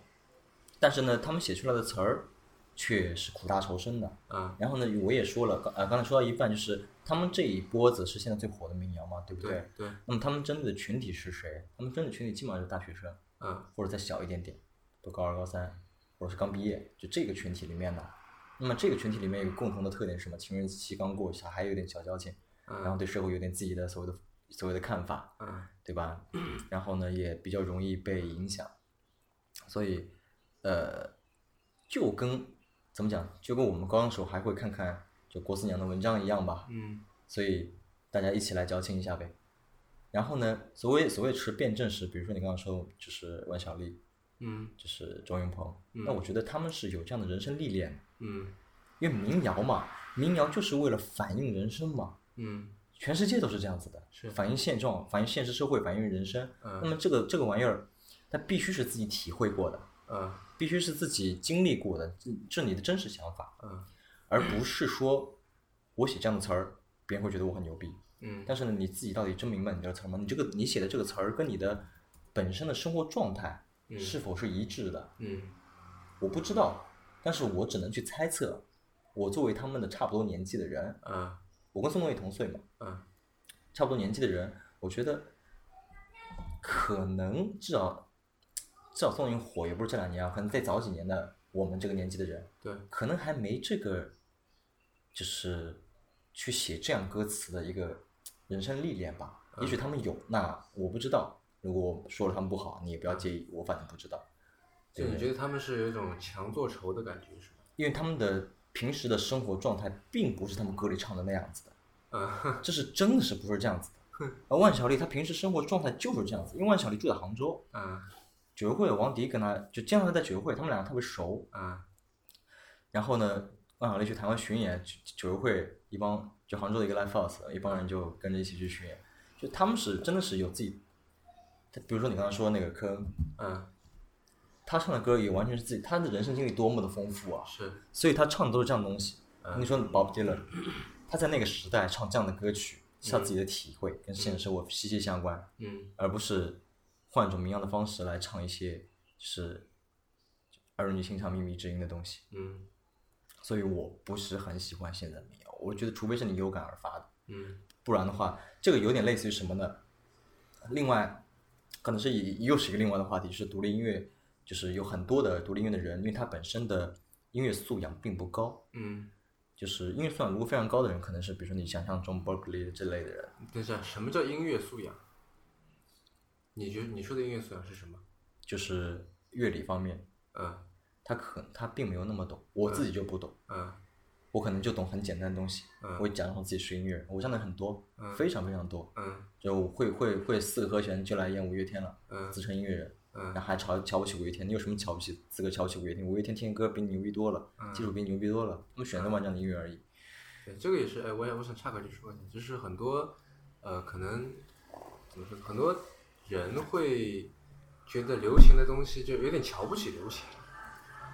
Speaker 2: 但是呢，他们写出来的词儿却是苦大仇深的。
Speaker 1: 啊
Speaker 2: 然后呢，我也说了，刚呃刚才说到一半，就是他们这一波子是现在最火的民谣嘛，对不
Speaker 1: 对对
Speaker 2: 那么他们针对的群体是谁？他们针对的群体基本上就是大学生，
Speaker 1: 嗯
Speaker 2: 或者再小一点点，都高二、高三，或者是刚毕业，就这个群体里面的。那么这个群体里面有共同的特点是什么？青春期刚过，小孩有点小矫情，然后
Speaker 1: 嗯
Speaker 2: 对社会有点自己的所谓的所谓的看法。
Speaker 1: 嗯
Speaker 2: 对吧？然后呢，也比较容易被影响，所以，呃，就跟怎么讲，就跟我们高中时候还会看看就郭思娘的文章一样吧。
Speaker 1: 嗯
Speaker 2: 所以大家一起来矫情一下呗。然后呢，所谓所谓持辩证时，比如说你刚刚说就是万晓利，
Speaker 1: 嗯
Speaker 2: 就是周云鹏，
Speaker 1: 嗯
Speaker 2: 那我觉得他们是有这样的人生历练的，
Speaker 1: 嗯
Speaker 2: 因为民谣嘛，民谣就是为了反映人生嘛。
Speaker 1: 嗯
Speaker 2: 全世界都是这样子的，
Speaker 1: 是
Speaker 2: 反映现状，反映现实社会，反映人生。
Speaker 1: 嗯
Speaker 2: 那么这个这个玩意儿，它必须是自己体会过的，
Speaker 1: 嗯
Speaker 2: 必须是自己经历过的，这这你的真实想法，
Speaker 1: 嗯
Speaker 2: 而不是说我写这样的词儿，别人会觉得我很牛逼。
Speaker 1: 嗯
Speaker 2: 但是呢，你自己到底真明白你这个词儿吗？你这个你写的这个词儿跟你的本身的生活状态
Speaker 1: 嗯
Speaker 2: 是否是一致的？
Speaker 1: 嗯
Speaker 2: 我不知道，但是我只能去猜测。我作为他们的差不多年纪的人，
Speaker 1: 嗯
Speaker 2: 我跟宋冬野同岁嘛，
Speaker 1: 嗯
Speaker 2: 差不多年纪的人，我觉得可能至少至少宋冬野火也不是这两年啊，可能再早几年的我们这个年纪的人，
Speaker 1: 对，
Speaker 2: 可能还没这个，就是去写这样歌词的一个人生历练吧。也许他们有，那我不知道。如果我说了他们不好，你也不要介意，我反正不知道。
Speaker 1: 就你觉得他们是有一种强做愁的感觉是吗？
Speaker 2: 因为他们的平时的生活状态并不是他们歌里唱的那样子的，
Speaker 1: 嗯
Speaker 2: 这是真的是不是这样子的。而万晓利他平时生活状态就是这样子，因为万晓利住在杭州，
Speaker 1: 嗯
Speaker 2: 九友会有王迪跟他就经常在九友会，他们两个特别熟。
Speaker 1: 嗯
Speaker 2: 然后呢，万晓利去台湾巡演，九九友会一帮就杭州的一个 live house，一帮人就跟着一起去巡演，就他们是真的是有自己，他比如说你刚刚说那个科恩，
Speaker 1: 嗯，
Speaker 2: 他唱的歌也完全是自己，他的人生经历多么的丰富啊，
Speaker 1: 是
Speaker 2: 所以他唱的都是这样的东西。
Speaker 1: 嗯
Speaker 2: 你说 Bob Dylan，他在那个时代唱这样的歌曲，是他自己的体会，跟现实生活息息相关，
Speaker 1: 嗯
Speaker 2: 而不是换一种民谣的方式来唱一些就是儿女情长、靡靡之音的东西。
Speaker 1: 嗯
Speaker 2: 所以我不是很喜欢现在的民谣，我觉得除非是你有感而发的，
Speaker 1: 嗯
Speaker 2: 不然的话，这个有点类似于什么呢？另外，可能是以又是一个另外的话题，就是独立音乐，就是有很多的独立音乐的人，因为他本身的音乐素养并不高，
Speaker 1: 嗯，
Speaker 2: 就是音乐素养如果非常高的人，可能是比如说你想象中 Berkeley 这类的人，
Speaker 1: 等一下，什么叫音乐素养？你觉你说的音乐素养是什么？
Speaker 2: 就是乐理方面，
Speaker 1: 嗯
Speaker 2: 他可他并没有那么懂，我自己就不懂，
Speaker 1: 嗯
Speaker 2: 我可能就懂很简单的东西，
Speaker 1: 嗯
Speaker 2: 我会假装自己是音乐人，我这样的很多
Speaker 1: 嗯，
Speaker 2: 非常非常多，
Speaker 1: 嗯
Speaker 2: 就会会会四个和弦就来演五月天了，
Speaker 1: 嗯
Speaker 2: 自称音乐人，然后
Speaker 1: 嗯
Speaker 2: 还瞧瞧不起五月天，你有什么瞧不起资格瞧不起五月天？五月天听的歌比你牛逼多了，
Speaker 1: 嗯
Speaker 2: 技术比你牛逼多了，他们选择玩这样的音乐而已。
Speaker 1: 对，这个也是，哎，我也我想岔开去说一下，就是很多，呃，可能怎么说，很多人会觉得流行的东西就有点瞧不起流行，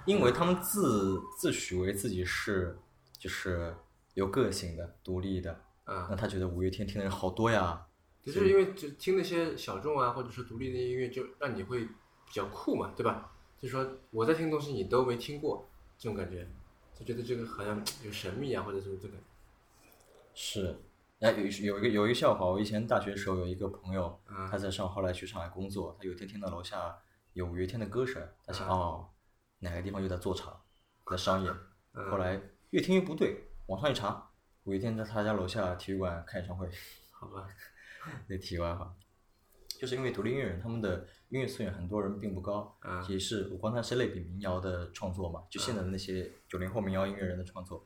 Speaker 2: 因为他们自自诩为自己是就是有个性的、独立的，
Speaker 1: 嗯
Speaker 2: 那，他觉得五月天听的人好多呀，
Speaker 1: 就是因为就听那些小众啊，或者是独立的音乐，就让你会比较酷嘛，对吧？就说我在听的东西你都没听过，这种感觉，就觉得这个好像有神秘啊，或者是这个，
Speaker 2: 是。那有有一个有一个笑话，我以前大学的时候有一个朋友，
Speaker 1: 嗯
Speaker 2: 他在上后来去上海工作，他有一天听到楼下有五月天的歌声，他想、
Speaker 1: 嗯
Speaker 2: 哦，哪个地方又在做场，在商演。
Speaker 1: 嗯
Speaker 2: 后来越听越不对，网上一查，五月天在他家楼下体育馆开演唱会。 <laughs>
Speaker 1: 好吧，
Speaker 2: 那题外话，就是因为独立音乐人他们的音乐素养很多人并不高，
Speaker 1: 嗯
Speaker 2: 也是我刚才是类比民谣的创作嘛，就现
Speaker 1: 啊
Speaker 2: 在的那些九零后民谣音乐人的创作，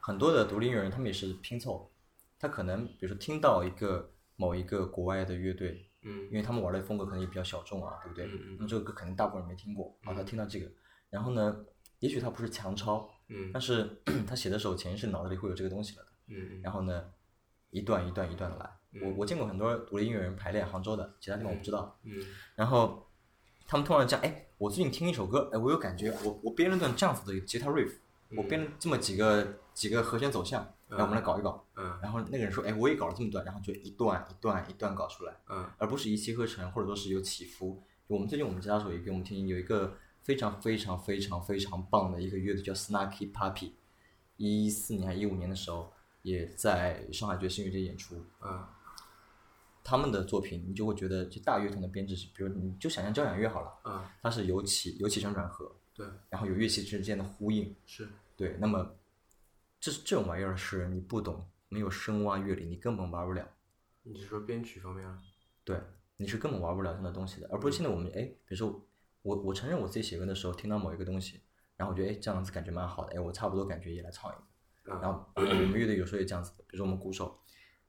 Speaker 2: 很多的独立音乐人他们也是拼凑，他可能比如说听到一个某一个国外的乐队，
Speaker 1: 嗯
Speaker 2: 因为他们玩的风格可能也比较小众啊，对不对？
Speaker 1: 嗯嗯
Speaker 2: 那这个歌可能大部分人没听过，然后他听到这个，然后呢，也许他不是强抄，
Speaker 1: 嗯
Speaker 2: 但是 <clears throat> 他写的时候潜意识脑子里会有这个东西了的。
Speaker 1: 嗯
Speaker 2: 然后呢，一段一段一段的来。我
Speaker 1: 嗯
Speaker 2: 我见过很多独立音乐人排练杭州的，其他地方我不知道。
Speaker 1: 嗯
Speaker 2: 然后他们突然讲，哎，我最近听一首歌，哎，我有感觉，我我编了段这样子的吉他 riff，我编了这么几个几个和弦走向，然后我们来搞一搞。
Speaker 1: 嗯
Speaker 2: 然后那个人说，哎，我也搞了这么段，然后就一段一段一段搞出来。
Speaker 1: 嗯
Speaker 2: 而不是一气呵成，或者说是有起伏。我们最近我们吉他手也给我们听有一个非常非常非常非常棒的一个乐队叫 Snarky Puppy，一四年还一五年的时候也在上海爵士音乐节演出。
Speaker 1: 嗯
Speaker 2: 他们的作品你就会觉得这大乐团的编制是，比如你就想象交响乐好了，
Speaker 1: 嗯，
Speaker 2: 它是有起有起承转合，
Speaker 1: 对，
Speaker 2: 然后有乐器之间的呼应。
Speaker 1: 是，
Speaker 2: 对，那么这这种玩意儿是你不懂，没有深挖乐理，你根本玩不了。
Speaker 1: 你是说编曲方面啊？
Speaker 2: 对，你是根本玩不了这样的东西的，而不是现在我们哎，比如说我我承认我自己写歌的时候听到某一个东西，然后我觉得哎这样子感觉蛮好的，哎我差不多感觉也来唱一个，然
Speaker 1: 嗯
Speaker 2: 后呃我们乐队有时候也这样子的，比如说我们鼓手，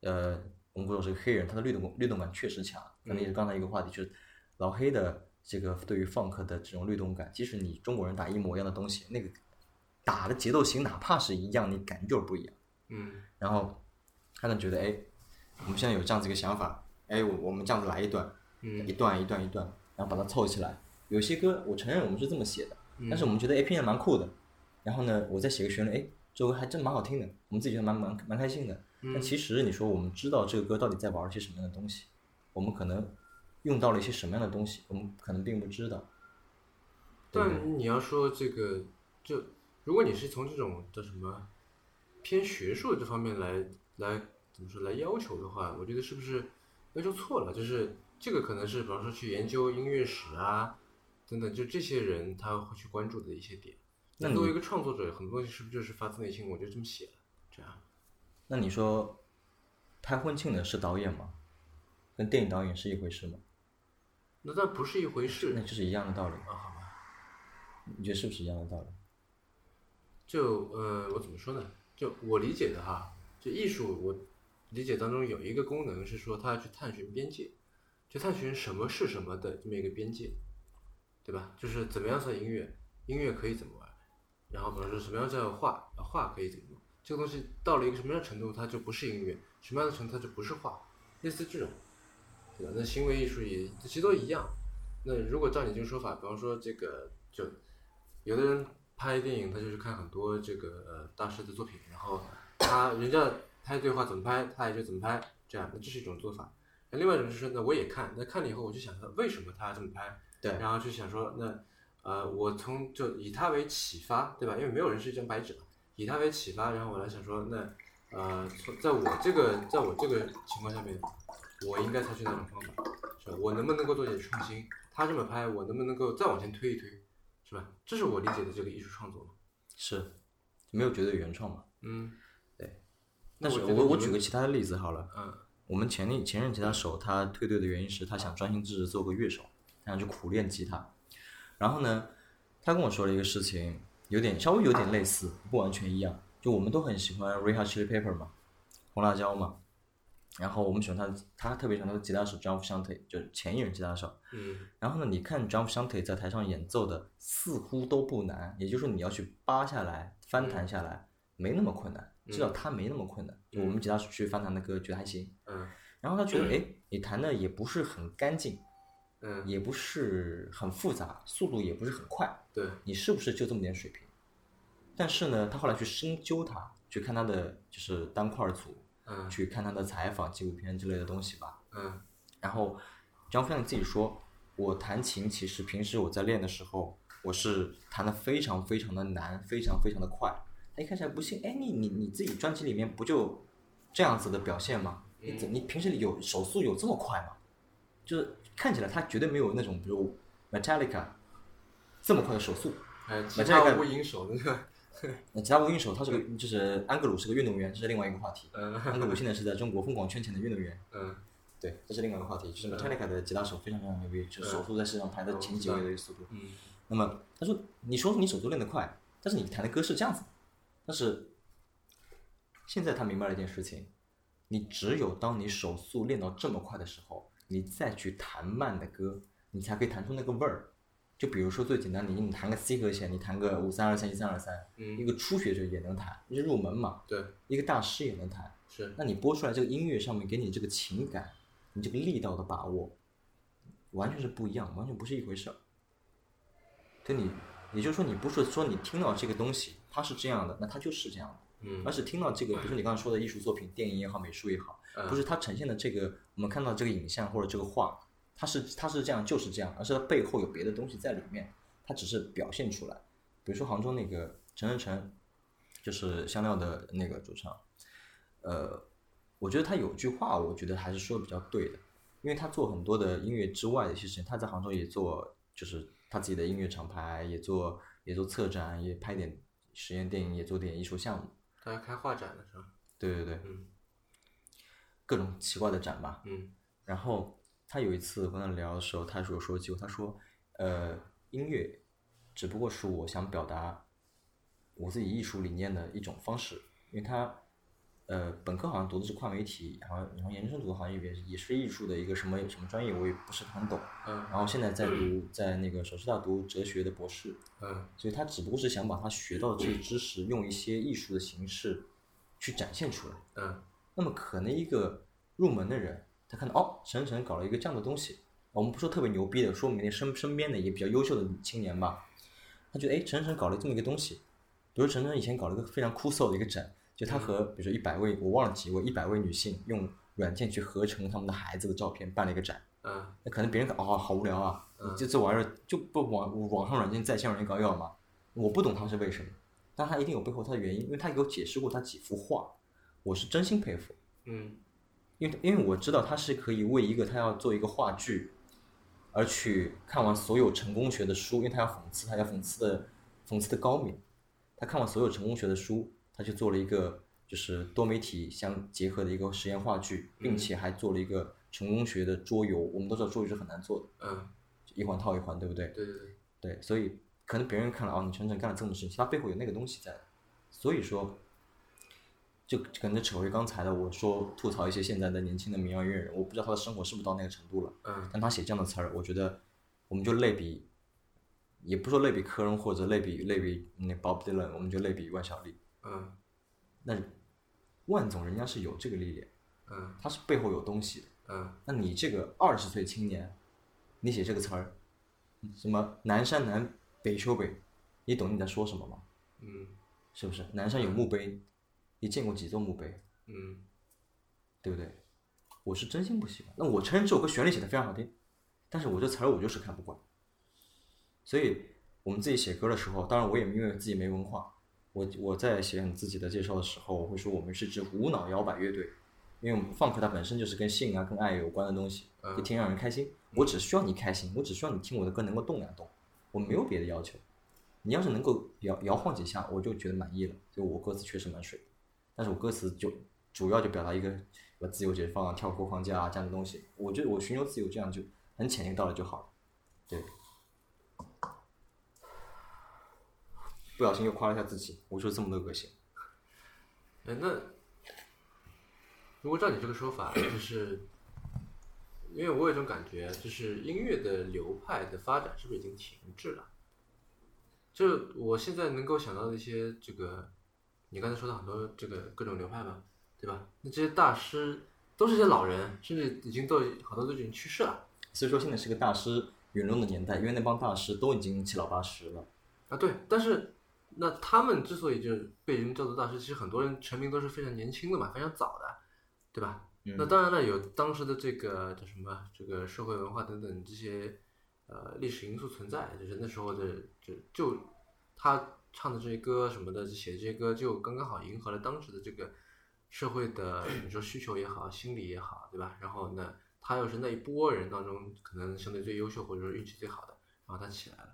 Speaker 2: 呃我们鼓手是个黑人，他的律动律动感确实强，可能也是刚才一个话题就是老黑的这个对于 funk 的这种律动感，即使你中国人打一模一样的东西，那个打的节奏型哪怕是一样，你感觉就是不一样。
Speaker 1: 嗯
Speaker 2: 然后他能觉得，哎，我们现在有这样子一个想法，哎，我我们这样子来一段，
Speaker 1: 嗯
Speaker 2: 一段一段一段，然后把它凑起来。有些歌我承认我们是这么写的，但是我们觉得哎拼的蛮酷的，然后呢，我再写个旋律，哎，这首歌还真蛮好听的，我们自己觉得蛮蛮蛮开心的。但其实你说我们知道这个歌到底在玩些什么样的东西，我们可能用到了一些什么样的东西，我们可能并不知道。
Speaker 1: 但你要说这个，就如果你是从这种叫什么偏学术这方面来来怎么说来要求的话，我觉得是不是要求错了？就是这个可能是比方说去研究音乐史啊等等，就这些人他会去关注的一些点。
Speaker 2: 那
Speaker 1: 那
Speaker 2: 你
Speaker 1: 作为一个创作者，很多东西是不是就是发自内心，我就这么写了，这样？
Speaker 2: 那你说，拍婚庆的是导演吗？跟电影导演是一回事吗？
Speaker 1: 那但不是一回事
Speaker 2: 那就是一样的道理，
Speaker 1: 啊，好吧？
Speaker 2: 你觉得是不是一样的道理？
Speaker 1: 就呃，我怎么说呢？就我理解的哈，就艺术，我理解当中有一个功能是说，它要去探寻边界，就探寻什么是什么的这么一个边界，对吧？就是怎么样算音乐，音乐可以怎么玩，然后比方说什么样叫画，啊画可以怎么弄，这个东西到了一个什么样的程度，它就不是音乐；什么样的程度它就不是画，类似这种，对吧？那行为艺术也其实都一样。那如果照你这个说法，比方说这个就有的人拍电影，他就是看很多这个呃大师的作品，然后他人家拍对话怎么拍，他也就怎么拍，这样，那这是一种做法。那另外一种就是呢，我也看，那看了以后我就想说，为什么他这么拍？
Speaker 2: 对
Speaker 1: 然后就想说，那呃，我从就以他为启发，对吧？因为没有人是一张白纸嘛，以他为启发，然后我来想说，那呃，从在我这个在我这个情况下面，我应该采取哪种方法？是吧？我能不能够做点创新？他这么拍，我能不能够再往前推一推？是吧？这是我理解的这个艺术创作嘛。
Speaker 2: 是，没有绝对原创嘛。
Speaker 1: 嗯，
Speaker 2: 对。
Speaker 1: 那
Speaker 2: 但是
Speaker 1: 觉
Speaker 2: 我
Speaker 1: 得
Speaker 2: 我
Speaker 1: 你们
Speaker 2: 举个其他的例子好了，
Speaker 1: 嗯
Speaker 2: 我们前任前任吉他手他退队的原因是他想专心致志做个乐手，他想去苦练吉他。然后呢，他跟我说了一个事情，有点稍微有点类似，不完全一样。就我们都很喜欢 Red Hot Chili Pepper 嘛，红辣椒嘛。然后我们喜欢他，他特别喜欢他的吉他手 John Frusciante，就是前一任吉他手。
Speaker 1: 嗯
Speaker 2: 然后呢，你看 John Frusciante 在台上演奏的似乎都不难，也就是说你要去扒下来、翻弹下来，没那么困难，至少他没那么困难。就我们吉他手去翻弹的歌，觉得还行。
Speaker 1: 嗯
Speaker 2: 然后他觉得，哎，你弹的也不是很干净，
Speaker 1: 嗯，
Speaker 2: 也不是很复杂，速度也不是很快，
Speaker 1: 对，
Speaker 2: 你是不是就这么点水平？但是呢，他后来去深究他，去看他的就是单块组，
Speaker 1: 嗯
Speaker 2: 去看他的采访、纪录片之类的东西吧。
Speaker 1: 嗯
Speaker 2: 然后张飞自己说，我弹琴其实平时我在练的时候，我是弹的非常非常的难，非常非常的快。他一开始还不信，哎，你你你自己专辑里面不就这样子的表现吗？你怎你平时有手速有这么快吗？就是看起来他绝对没有那种比如 Metallica 这么快的手速。
Speaker 1: 哎，吉
Speaker 2: 把这
Speaker 1: 他
Speaker 2: 个
Speaker 1: 无影手那个，
Speaker 2: 那其他无影手，他是个就是安格鲁是个运动员，这是另外一个话题。
Speaker 1: 嗯
Speaker 2: 安格鲁现在是在中国疯狂圈钱的运动员。
Speaker 1: 嗯
Speaker 2: 对，这是另外一个话题，就是 Metallica 的吉他手非常非常牛逼，就是手速在世上排在前几位的一个速度。
Speaker 1: 嗯
Speaker 2: 那么他说，你说你手速练得快，但是你弹的歌是这样子的，但是现在他明白了一件事情，你只有当你手速练到这么快的时候，你再去弹慢的歌，你才可以弹出那个味儿。就比如说最简单，你你弹个 C 和弦，你弹个五三二三一三二三，一
Speaker 1: 嗯，
Speaker 2: 个初学者也能弹，一个入门嘛，
Speaker 1: 对，
Speaker 2: 一个大师也能弹。
Speaker 1: 是，
Speaker 2: 那你播出来这个音乐上面给你这个情感，你这个力道的把握，完全是不一样，完全不是一回事儿。对你，也就是说，你不是说你听到这个东西它是这样的，那它就是这样的，
Speaker 1: 嗯
Speaker 2: 而是听到这个，比如说你刚才说的艺术作品，电影也好，美术也好，
Speaker 1: 嗯
Speaker 2: 不是它呈现的这个，我们看到这个影像或者这个画，它是它是这样，就是这样，而是它背后有别的东西在里面，它只是表现出来。比如说杭州那个陈晨晨，就是香料的那个主唱，呃，我觉得他有句话，我觉得还是说的比较对的，因为他做很多的音乐之外的一些事情，他在杭州也做，就是他自己的音乐厂牌，也做也做策展，也拍点实验电影，也做点艺术项目。
Speaker 1: 他要开画展了是吧？
Speaker 2: 对对对，
Speaker 1: 嗯
Speaker 2: 各种奇怪的展吧。
Speaker 1: 嗯
Speaker 2: 然后他有一次我跟他聊的时候，他是有说一句，他说，呃，音乐只不过是我想表达我自己艺术理念的一种方式，因为他呃本科好像读的是跨媒体，然后然后研究生读的好像也也是艺术的一个什么什么专业，我也不是很懂。
Speaker 1: 嗯
Speaker 2: 然后现在在读在那个首师大读哲学的博士，
Speaker 1: 嗯
Speaker 2: 所以他只不过是想把他学到的这些知识用一些艺术的形式去展现出来。
Speaker 1: 嗯
Speaker 2: 那么可能一个入门的人，他看到哦，沈沈搞了一个这样的东西，我们不说特别牛逼的，说我们那身身边的也比较优秀的青年吧，他觉得哎，陈晨搞了这么一个东西，比如陈晨以前搞了一个非常酷搜的一个展，就他和比如说一百位我忘了几位一百位女性用软件去合成他们的孩子的照片办了一个展，
Speaker 1: 嗯
Speaker 2: 那可能别人看哦好无聊啊，
Speaker 1: 嗯
Speaker 2: 你这这玩意儿就不网网上软件在线软件搞一搞嘛，我不懂他是为什么，但他一定有背后他的原因，因为他有解释过他几幅画，我是真心佩服，
Speaker 1: 嗯
Speaker 2: 因为因为我知道他是可以为一个他要做一个话剧，而去看完所有成功学的书，因为他要讽刺，他要讽刺的讽刺的高明。他看完所有成功学的书，他去做了一个就是多媒体相结合的一个实验话剧，并且还做了一个成功学的桌游。我们都知道桌游是很难做的，
Speaker 1: 嗯，
Speaker 2: 就一环套一环，对不对？
Speaker 1: 对对对，
Speaker 2: 对，所以可能别人看了啊，你陈晨干了这么多事情，他背后有那个东西在，所以说，就可能就扯回刚才的，我说吐槽一些现在的年轻的民谣音乐人，我不知道他的生活是不是到那个程度了，
Speaker 1: 嗯
Speaker 2: 但他写这样的词儿，我觉得我们就类比，也不说类比科恩或者类比类比那 Bob Dylan，我们就类比万晓利，
Speaker 1: 嗯
Speaker 2: 那万总人家是有这个历练，
Speaker 1: 嗯
Speaker 2: 他是背后有东西的，
Speaker 1: 嗯
Speaker 2: 那你这个二十岁青年，你写这个词儿，什么南山南北秋北，你懂你在说什么吗？
Speaker 1: 嗯
Speaker 2: 是不是？南山有墓碑，你见过几座墓碑，
Speaker 1: 嗯
Speaker 2: 对不对？我是真心不喜欢。那我承认这首歌旋律写的非常好听，但是我这词儿我就是看不惯。所以我们自己写歌的时候，当然我也因为自己没文化，我我在写你自己的介绍的时候，我会说我们是支无脑摇摆乐队，因为我们放克它本身就是跟性啊、跟爱有关的东西，
Speaker 1: 嗯
Speaker 2: 就挺让人开心。我只需要你开心，我只需要你听我的歌能够动两动，我没有别的要求。你要是能够摇摇晃几下，我就觉得满意了。所以我歌词确实蛮水的，但是我歌词就主要就表达一个呃自由解放啊、跳脱框架啊这样的东西。我觉得我寻求自由，这样就很浅一个道理就好了。对，不小心又夸了一下自己，我说这么多恶心。
Speaker 1: 哎，那如果照你这个说法，就是 <coughs> 因为我有一种感觉，就是音乐的流派的发展是不是已经停滞了？就我现在能够想到的一些这个，你刚才说的很多这个各种流派吧，对吧？那这些大师都是一些老人，甚至已经都好多都已经去世了
Speaker 2: 所以说现在是个大师云论的年代，因为那帮大师都已经七老八十了。
Speaker 1: 啊。对，但是那他们之所以就是被人叫做大师，其实很多人成名都是非常年轻的嘛，非常早的，对吧？那
Speaker 2: 嗯
Speaker 1: 当然了，有当时的这个叫什么，这个社会文化等等这些呃历史因素存在，就是那时候的就就他唱的这些歌什么的，写的这些歌就刚刚好迎合了当时的这个社会的你说需求也好，心理也好，对吧？然后呢，他又是那一波人当中可能相对最优秀或者说运气最好的，然后他起来了，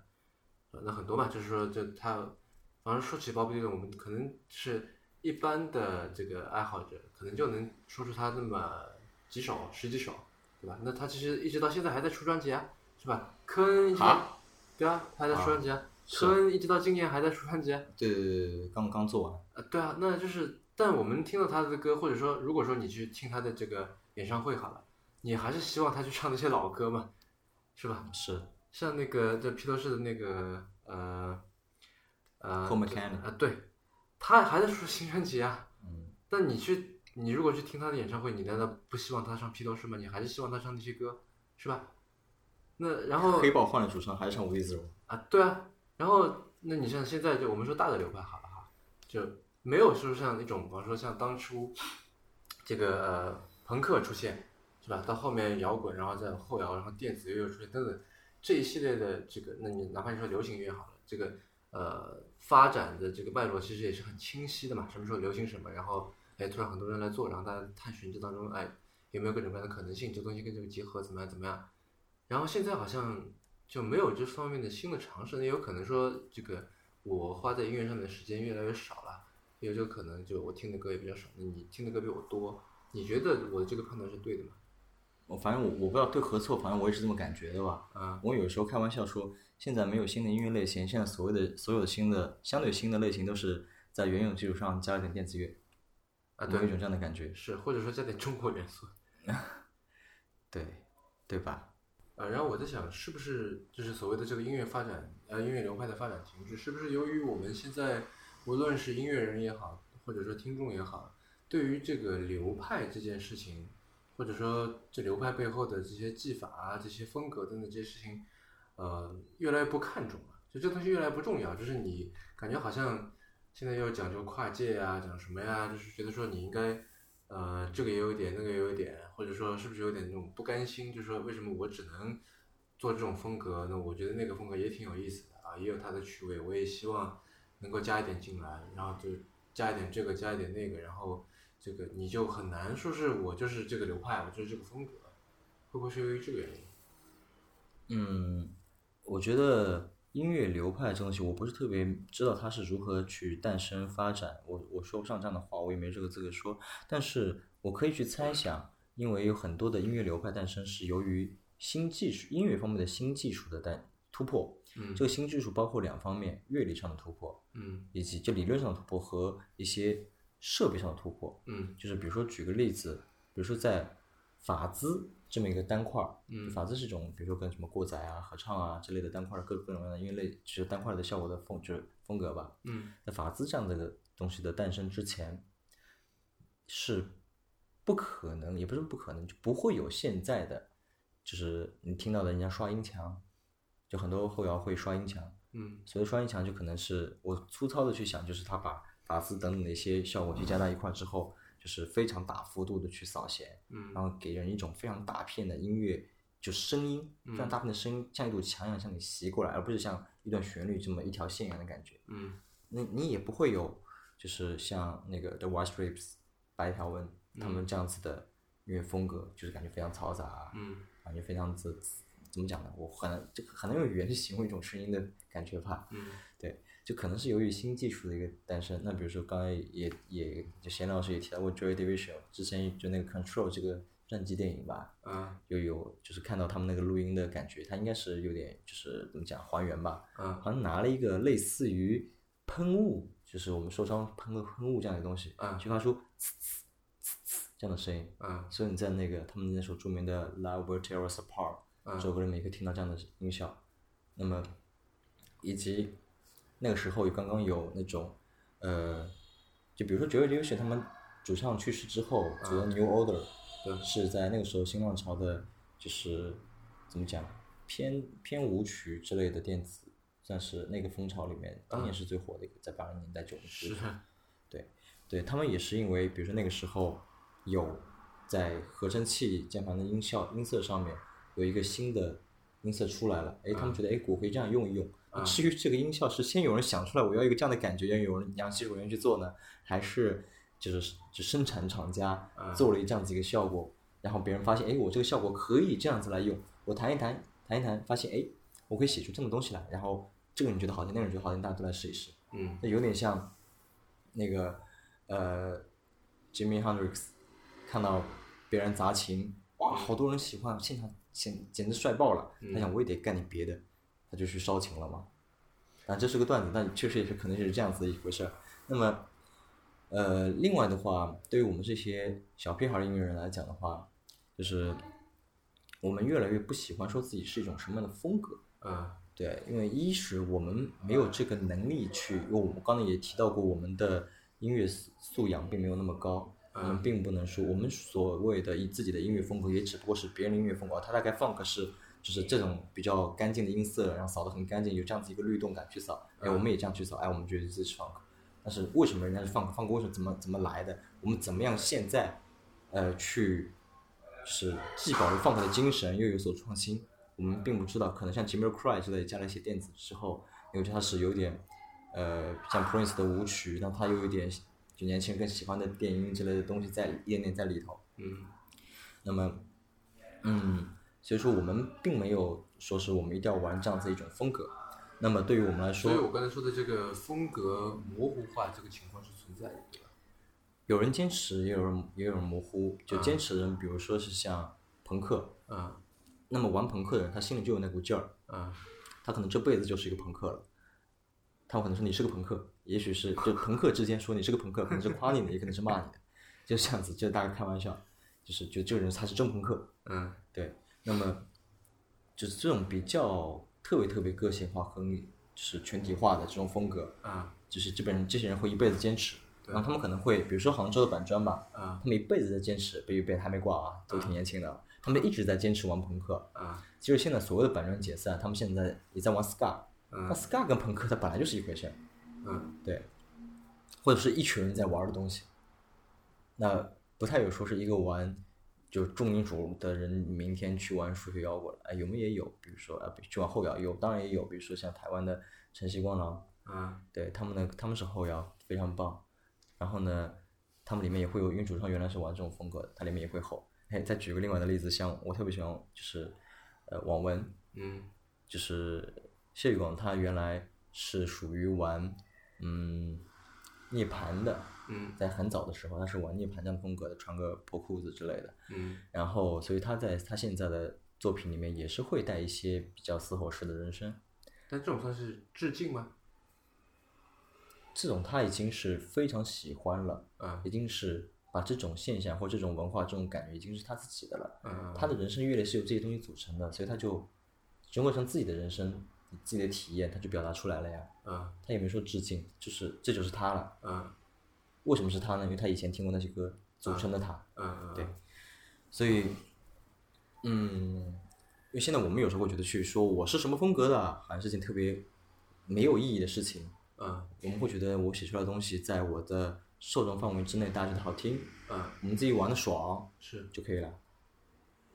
Speaker 1: 呃那很多嘛，就是说就他反正说起鲍勃迪伦，我们可能是一般的这个爱好者，可能就能说出他那么几首、十几首，对吧？那他其实一直到现在还在出专辑啊，是吧？科恩一直到
Speaker 2: 啊
Speaker 1: 对啊，他还在出专辑啊，
Speaker 2: 是
Speaker 1: 科恩一直到今年还在出专辑啊，
Speaker 2: 对对对对对，刚刚做完。
Speaker 1: 呃，对啊，那就是，但我们听到他的歌，或者说，如果说你去听他的这个演唱会好了，你还是希望他去唱那些老歌嘛，是吧？
Speaker 2: 是，
Speaker 1: 像那个这披头士的那个呃呃
Speaker 2: Paul
Speaker 1: 这
Speaker 2: McCartney
Speaker 1: 呃，对，他还在出新专辑啊。
Speaker 2: 嗯，
Speaker 1: 但你去，你如果去听他的演唱会，你难道不希望他唱披头士吗？你还是希望他唱那些歌，是吧？那然后
Speaker 2: 黑豹换了主唱，还是唱无地自容。
Speaker 1: 啊，对啊，然后那你像现在就我们说大的流派好了哈，就没有说像那种，比方说像当初这个呃朋克出现是吧？到后面摇滚，然后再后摇，然后电子乐又出现等等这一系列的这个，那你哪怕你说流行乐好了，这个呃发展的这个脉络其实也是很清晰的嘛，什么时候流行什么，然后哎突然很多人来做，然后大家探寻这当中哎有没有各种各样的可能性，这东西跟这个结合怎么样怎么样。然后现在好像就没有这方面的新的尝试，那有可能说这个我花在音乐上面的时间越来越少了，也有这个可能就我听的歌也比较少，那你听的歌比我多，你觉得我的这个判断是对的吗？
Speaker 2: 我反正我我不知道对和错，反正我也是这么感觉的吧。
Speaker 1: 啊，
Speaker 2: 我有时候开玩笑说，现在没有新的音乐类型，现在所谓的所有的新的相对新的类型都是在原有基础上加了点电子乐，
Speaker 1: 啊，
Speaker 2: 有一种
Speaker 1: 对，
Speaker 2: 这样的感觉，
Speaker 1: 是或者说加点中国元素
Speaker 2: 对对吧？
Speaker 1: 啊。然后我在想，是不是就是所谓的这个音乐发展，呃，音乐流派的发展停滞，是不是由于我们现在无论是音乐人也好，或者说听众也好，对于这个流派这件事情，或者说这流派背后的这些技法啊、这些风格等等这些事情，呃，越来越不看重了。就这东西越来越不重要，就是你感觉好像现在又讲究跨界啊，讲什么呀，就是觉得说你应该呃这个也有一点，那个也有一点，或者说是不是有点那种不甘心，就是说为什么我只能做这种风格呢？我觉得那个风格也挺有意思的啊，也有它的趣味，我也希望能够加一点进来，然后就加一点这个，加一点那个，然后这个你就很难说是我就是这个流派，我就是这个风格，会不会是由于这个原因？
Speaker 2: 嗯，我觉得音乐流派这东西，我不是特别知道它是如何去诞生发展。我我说不上这样的话，我也没这个资格说。但是我可以去猜想，因为有很多的音乐流派诞生是由于新技术、音乐方面的新技术的诞突破。
Speaker 1: 嗯
Speaker 2: 这个新技术包括两方面：乐理上的突破，
Speaker 1: 嗯
Speaker 2: 以及就理论上的突破和一些设备上的突破。
Speaker 1: 嗯
Speaker 2: 就是比如说举个例子，比如说在法兹这么一个单块儿，
Speaker 1: 嗯
Speaker 2: 法兹是一种比如说跟什么过载啊、合唱啊之类的单块儿各各种各样的音乐类，其实单块儿的效果的风就是风格吧。
Speaker 1: 嗯
Speaker 2: 在法兹这样的东西的诞生之前，是不可能，也不是不可能，就不会有现在的，就是你听到的人家刷音墙，就很多后摇会刷音墙，
Speaker 1: 嗯
Speaker 2: 所以双音墙就可能是我粗糙的去想，就是他把法兹等等的一些效果去加到一块之后，就是非常大幅度的去扫弦，
Speaker 1: 嗯
Speaker 2: 然后给人一种非常大片的音乐，就声音非常大片的声音，像一堵墙一样向你袭过来，而不是像一段旋律这么一条线一样的感觉。
Speaker 1: 嗯
Speaker 2: 那你也不会有就是像那个 The White Stripes 白条纹他们这样子的音乐风格，就是感觉非常嘈杂啊，
Speaker 1: 嗯
Speaker 2: 感觉非常子怎么讲呢？我很难这个很难用语言去形容一种声音的感觉吧。
Speaker 1: 嗯
Speaker 2: 对，就可能是由于新技术的一个诞生。那比如说刚才也也就贤老师也提到过 Joy Division，之前就那个 Control 这个战机电影吧，
Speaker 1: 啊
Speaker 2: 就有就是看到他们那个录音的感觉，它应该是有点就是怎么讲还原吧，
Speaker 1: 啊
Speaker 2: 好像拿了一个类似于喷雾，就是我们手上喷个喷雾这样的东西，
Speaker 1: 啊
Speaker 2: 去发出呲呲呲呲这样的声音。
Speaker 1: 啊
Speaker 2: 所以你在那个他们那首著名的《Love Will Tear Us Apart》
Speaker 1: 嗯
Speaker 2: 这首歌里面也可以听到这样的音效，那么以及那个时候刚刚有那种呃，就比如说 Joy Division 他们主唱去世之后组了 New Order，、
Speaker 1: 啊对
Speaker 2: 是在那个时候新浪潮的，就是怎么讲偏偏舞曲之类的电子，算是那个风潮里面
Speaker 1: 啊
Speaker 2: 当年是最火的一个，在八零年代九十
Speaker 1: 是
Speaker 2: 年代。对，对他们也是因为，比如说那个时候有在合成器键盘的音效音色上面有一个新的音色出来了，哎，他们觉得哎，我可以这样用一用。那
Speaker 1: 啊
Speaker 2: 至于这个音效是先有人想出来，我要一个这样的感觉，要有人让技术人员去做呢，还是就是就生产厂家
Speaker 1: 啊
Speaker 2: 做了这样子一个效果，然后别人发现，哎，我这个效果可以这样子来用，我弹一弹，弹一弹，发现哎，我可以写出这么东西来，然后这个人觉得好听，那个人觉得好听，大家都来试一试。
Speaker 1: 嗯
Speaker 2: 那有点像那个呃，Jimmy Hendrix 看到别人砸琴，哇，好多人喜欢，现场简简直帅爆了。他想我也得干点别的，他就去烧琴了嘛。啊，这是个段子，但确实也是可能是这样子的一回事儿。那么，呃，另外的话，对于我们这些小屁孩儿音乐人来讲的话，就是我们越来越不喜欢说自己是一种什么样的风格。
Speaker 1: 啊
Speaker 2: 对，因为一是我们没有这个能力去，因为我们刚才也提到过，我们的音乐素素养并没有那么高，我们并不能说我们所谓的以自己的音乐风格，也只不过是别人的音乐风格，它大概 funk 是就是这种比较干净的音色，然后扫得很干净，有这样子一个律动感去扫，哎，我们也这样去扫，哎，我们觉得这是 funk，但是为什么人家是 funk，funk 为什么怎么怎么来的？我们怎么样现在呃去就是既保留 funk 的精神，又有所创新。我们并不知道，可能像 Jimmy Cry 之类加了一些电子之后，因为它是有点呃像 Prince 的舞曲，那它又有一点就年轻人更喜欢的电音之类的东西在一点点在里头。
Speaker 1: 嗯
Speaker 2: 那么，嗯，所以说我们并没有说是我们一定要玩这样子一种风格。那么对于我们来说
Speaker 1: 所以，我刚才说的这个风格模糊化这个情况是存在的，对吧？
Speaker 2: 有人坚持，也有人也有人模糊。就坚持的人，比如说是像朋克，
Speaker 1: 啊
Speaker 2: 那么玩朋克的人，他心里就有那股劲儿，
Speaker 1: 啊
Speaker 2: 他可能这辈子就是一个朋克了。他可能说你是个朋克，也许是就朋克之间说你是个朋克，可能是夸你的，也可能是骂你的， <laughs> 就这样子，就大家开玩笑，就是就这个人他是真朋克，
Speaker 1: 嗯
Speaker 2: 对，那么就是这种比较特别特别个性化和就是群体化的这种风格，
Speaker 1: 啊
Speaker 2: 就是这本这些人会一辈子坚持，
Speaker 1: 对
Speaker 2: 然后他们可能会，比如说杭州的板砖吧，
Speaker 1: 啊
Speaker 2: 他们一辈子在坚持，贝贝还没挂啊，都挺年轻的，他们一直在坚持玩朋克。
Speaker 1: 啊
Speaker 2: 就是现在所谓的板砖解散，他们现在也在玩 ska，那
Speaker 1: 嗯
Speaker 2: ska 跟朋克它本来就是一回事儿，
Speaker 1: 嗯
Speaker 2: 对，或者是一群人在玩的东西，那不太有说是一个玩就是重金属的人，明天去玩数学摇滚了，哎，有没有也有，比如说啊，去玩后摇有，当然也有，比如说像台湾的晨曦光廊，
Speaker 1: 啊
Speaker 2: 对他们呢，他们是后摇，非常棒。然后呢，他们里面也会有，因为主唱原来是玩这种风格的，它里面也会吼。哎，再举个另外的例子，像我特别喜欢就是呃网文，
Speaker 1: 嗯
Speaker 2: 就是谢宇广，他原来是属于玩嗯涅槃的，
Speaker 1: 嗯
Speaker 2: 在很早的时候他是玩涅槃这样的风格的，穿个破裤子之类的。
Speaker 1: 嗯
Speaker 2: 然后，所以他在他现在的作品里面也是会带一些比较嘶吼式的人声。
Speaker 1: 但这种算是致敬吗？
Speaker 2: 这种他已经是非常喜欢了，
Speaker 1: 啊
Speaker 2: 已经是把这种现象或这种文化这种感觉已经是他自己的了。
Speaker 1: 嗯
Speaker 2: 他的人生阅历是由这些东西组成的，所以他就整个成自己的人生、自己的体验，他就表达出来了呀。
Speaker 1: 啊
Speaker 2: 他也没说致敬，就是这就是他了。
Speaker 1: 啊
Speaker 2: 为什么是他呢？因为他以前听过那些歌组成的他。
Speaker 1: 啊
Speaker 2: 对所以，嗯，因为现在我们有时候会觉得去说我是什么风格的，好像是件特别没有意义的事情。
Speaker 1: 啊
Speaker 2: 我们会觉得我写出来的东西，在我的受众范围之内，大家觉得好听，
Speaker 1: 啊
Speaker 2: 我们自己玩的爽
Speaker 1: 是。
Speaker 2: 就可以了。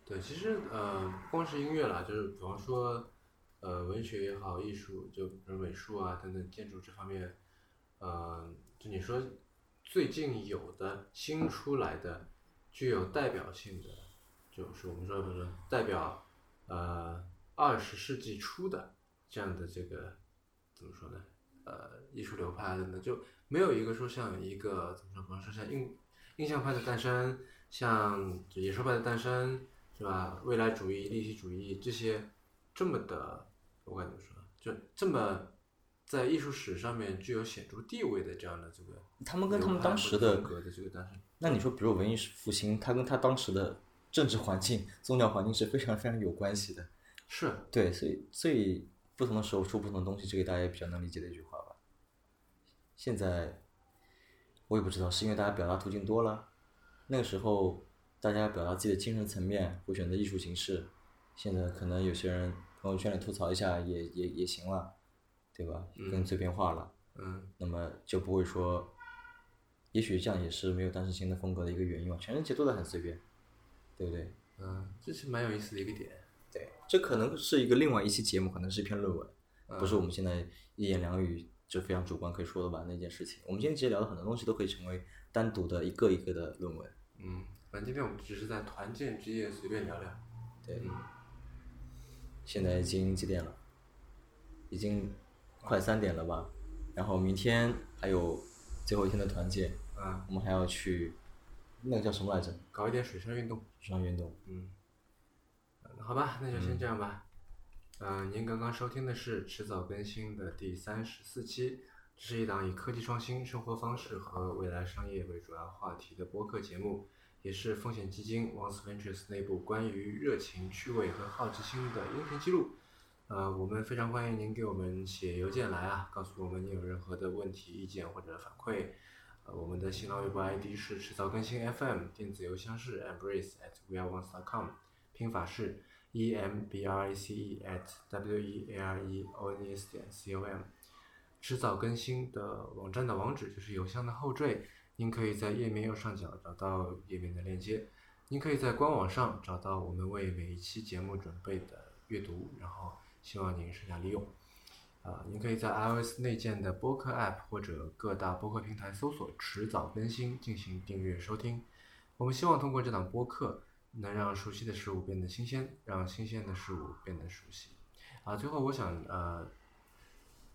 Speaker 1: 对，其实呃，不光是音乐啦，就是比方说，呃，文学也好，艺术，就比如美术啊等等，建筑这方面，呃，就你说最近有的新出来的具有代表性的，就是我们说，比如说代表呃二十世纪初的这样的这个怎么说呢？呃，艺术流派等等，就没有一个说像一个怎么说，比方说像印印象派的诞生，像野兽派的诞生，是吧？未来主义、立体主义这些，这么的，我该怎么说？就这么在艺术史上面具有显著地位的这样的这个流派，
Speaker 2: 他们跟他们当时的
Speaker 1: 风格的这个诞生，
Speaker 2: 那你说，比如文艺复兴，它跟它当时的政治环境、宗教环境是非常 <laughs> 非常有关系的。
Speaker 1: 是
Speaker 2: 对，所以所以不同的时候出不同的东西，这个大家也比较能理解的一句话吧。现在我也不知道，是因为大家表达途径多了，那个时候大家表达自己的精神层面会选择艺术形式，现在可能有些人朋友圈里吐槽一下也也也行了，对吧？更碎片化了，
Speaker 1: 嗯
Speaker 2: 那么就不会说，也许这样也是没有当时新的风格的一个原因吧。全世界都在很随便，对不对？
Speaker 1: 嗯，这是蛮有意思的一个点，
Speaker 2: 对，这可能是一个另外一期节目，可能是一篇论文，不是我们现在一言两语就非常主观可以说的吧那件事情。我们今天其实聊的很多东西都可以成为单独的一个一个的论文。
Speaker 1: 嗯，反正今天我们只是在团建之夜随便聊聊，
Speaker 2: 对，
Speaker 1: 嗯，
Speaker 2: 现在已经几点了？已经快三点了吧？然后明天还有最后一天的团建，
Speaker 1: 啊，
Speaker 2: 我们还要去那个叫什么来着？
Speaker 1: 搞一点水上运动，
Speaker 2: 水上运动。
Speaker 1: 嗯，嗯好吧，那就先这样吧。嗯、您刚刚收听的是迟早更新的第三十四期，这是一档以科技创新、生活方式和未来商业为主要话题的播客节目，也是风险基金 Once Ventures 内部关于热情、趣味和好奇心的音频记录。呃，我们非常欢迎您给我们写邮件来啊，告诉我们你有任何的问题、意见或者反馈。呃，我们的新浪微博 ID 是迟早更新 FM，电子邮箱是 embrace at weareones.com，拼法是 e m b r a c e at w e a r e o n e s 点 c o m。迟早更新的网站的网址就是邮箱的后缀，您可以在页面右上角找到页面的链接。您可以在官网上找到我们为每一期节目准备的阅读，然后希望您善加利用。啊、您可以在 iOS 内建的播客 App 或者各大播客平台搜索“迟早更新”进行订阅收听。我们希望通过这档播客，能让熟悉的事物变得新鲜，让新鲜的事物变得熟悉。啊，最后我想呃，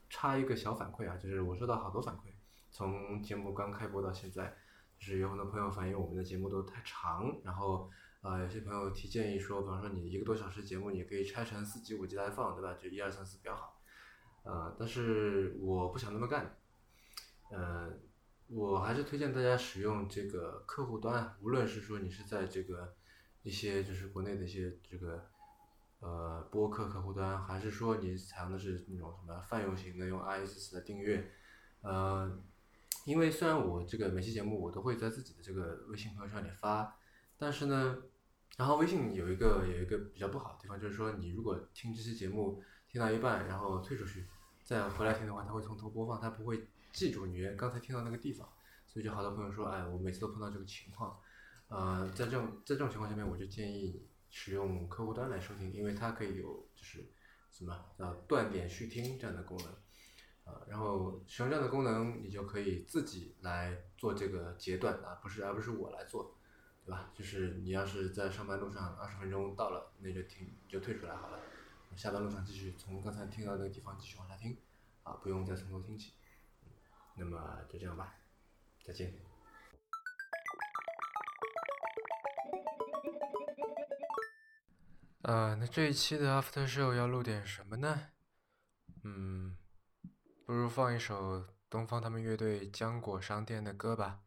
Speaker 1: 插一个小反馈啊，就是我收到好多反馈，从节目刚开播到现在，就是有很多朋友反映我们的节目都太长，然后呃，有些朋友提建议说，比方说你一个多小时节目，你可以拆成四集五集来放，对吧？就一二三四比较好。呃，但是我不想那么干。呃，我还是推荐大家使用这个客户端啊，无论是说你是在这个一些就是国内的一些这个呃播客客户端，还是说你采用的是那种什么泛用型的，用 RSS 来订阅，呃，因为虽然我这个每期节目我都会在自己的这个微信朋友圈里发，但是呢，然后微信有一个有一个比较不好的地方，就是说你如果听这期节目听到一半，然后退出去再回来听的话，它会从头播放，它不会记住你刚才听到那个地方，所以就好多朋友说，哎，我每次都碰到这个情况，呃，在这种在这种情况下面，我就建议使用客户端来收听，因为它可以有就是什么呃断点续听这样的功能。啊，然后使用这样的功能，你就可以自己来做这个截断啊，不是而不是我来做，对吧？就是你要是在上班路上二十分钟到了，那就停，你就退出来好了。下班路上继续从刚才听到那个地方继续往下听，啊，不用再从头听起。嗯那么就这样吧，再见。呃，那这一期的 After Show 要录点什么呢？嗯，不如放一首东方他们乐队浆果商店的歌吧，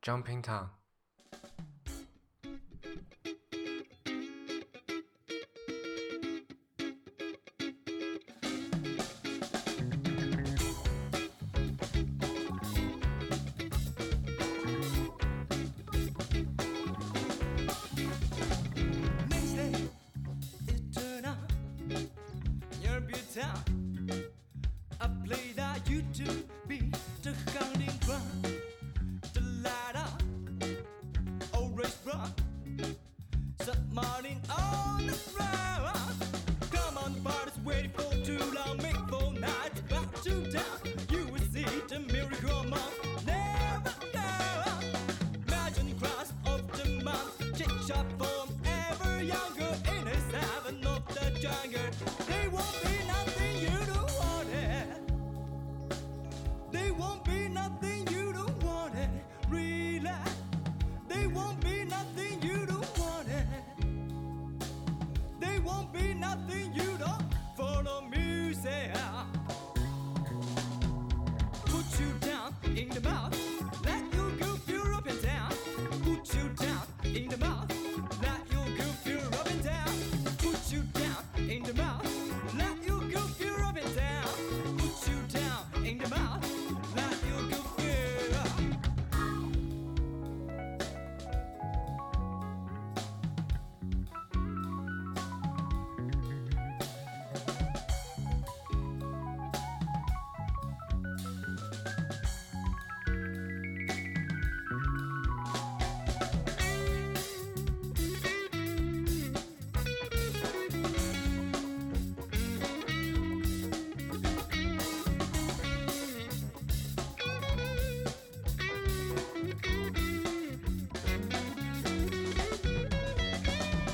Speaker 1: 《Jumping Town》。
Speaker 3: Wednesday, it turned out near Butown. I played that you to be the counting ground. The light up, always bright. Submarine on the ground. Come on, the party's waiting for too long. Make full night about to down. You will see the miracle month. Never go. Imagine cross of the month, chit chat form ever younger in a seven of the jungle. They won't be nothing you don't want it. They won't be nothing you don't want it. Relax. They won't be nothing you don't want it. They won't be nothing you don't follow music put you down in the mouth. Let you go feel up and down. Put you down in the mouth. Let you go feel up and down. Put you down in the mouth. Let you go feel up and down. Put you down in the mouth. Let you go feel up.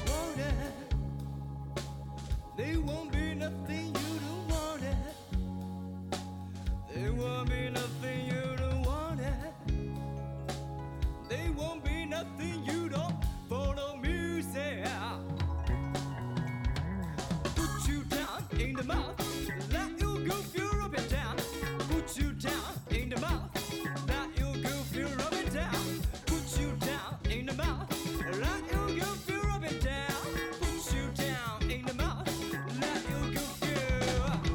Speaker 3: want it. They won't be nothing you don't want it. They won't be nothing you don't want it. They won't be nothing you don't follow music. Put you down in the mouth. Let you go feel up and down. Put you down in the mouth. Let you go feel up and down. Put you down in the mouth. Let you go feel up and down. Put you down in the mouth. Let you go feel up.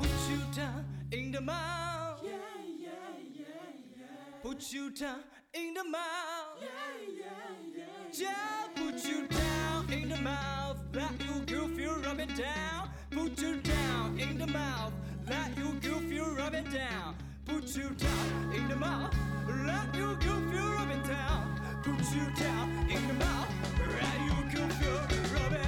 Speaker 3: Put you down in the mouth. Yeah, yeah, yeah, yeah. Put you down in the mouth. Yeah, just put you down in the mouth, let you goof you rub it down. Put you down in the mouth, let you goof you rub it down. Put you down in the mouth, let you goof you rub it down. Put you down in the mouth, let you goof you rub it Oh,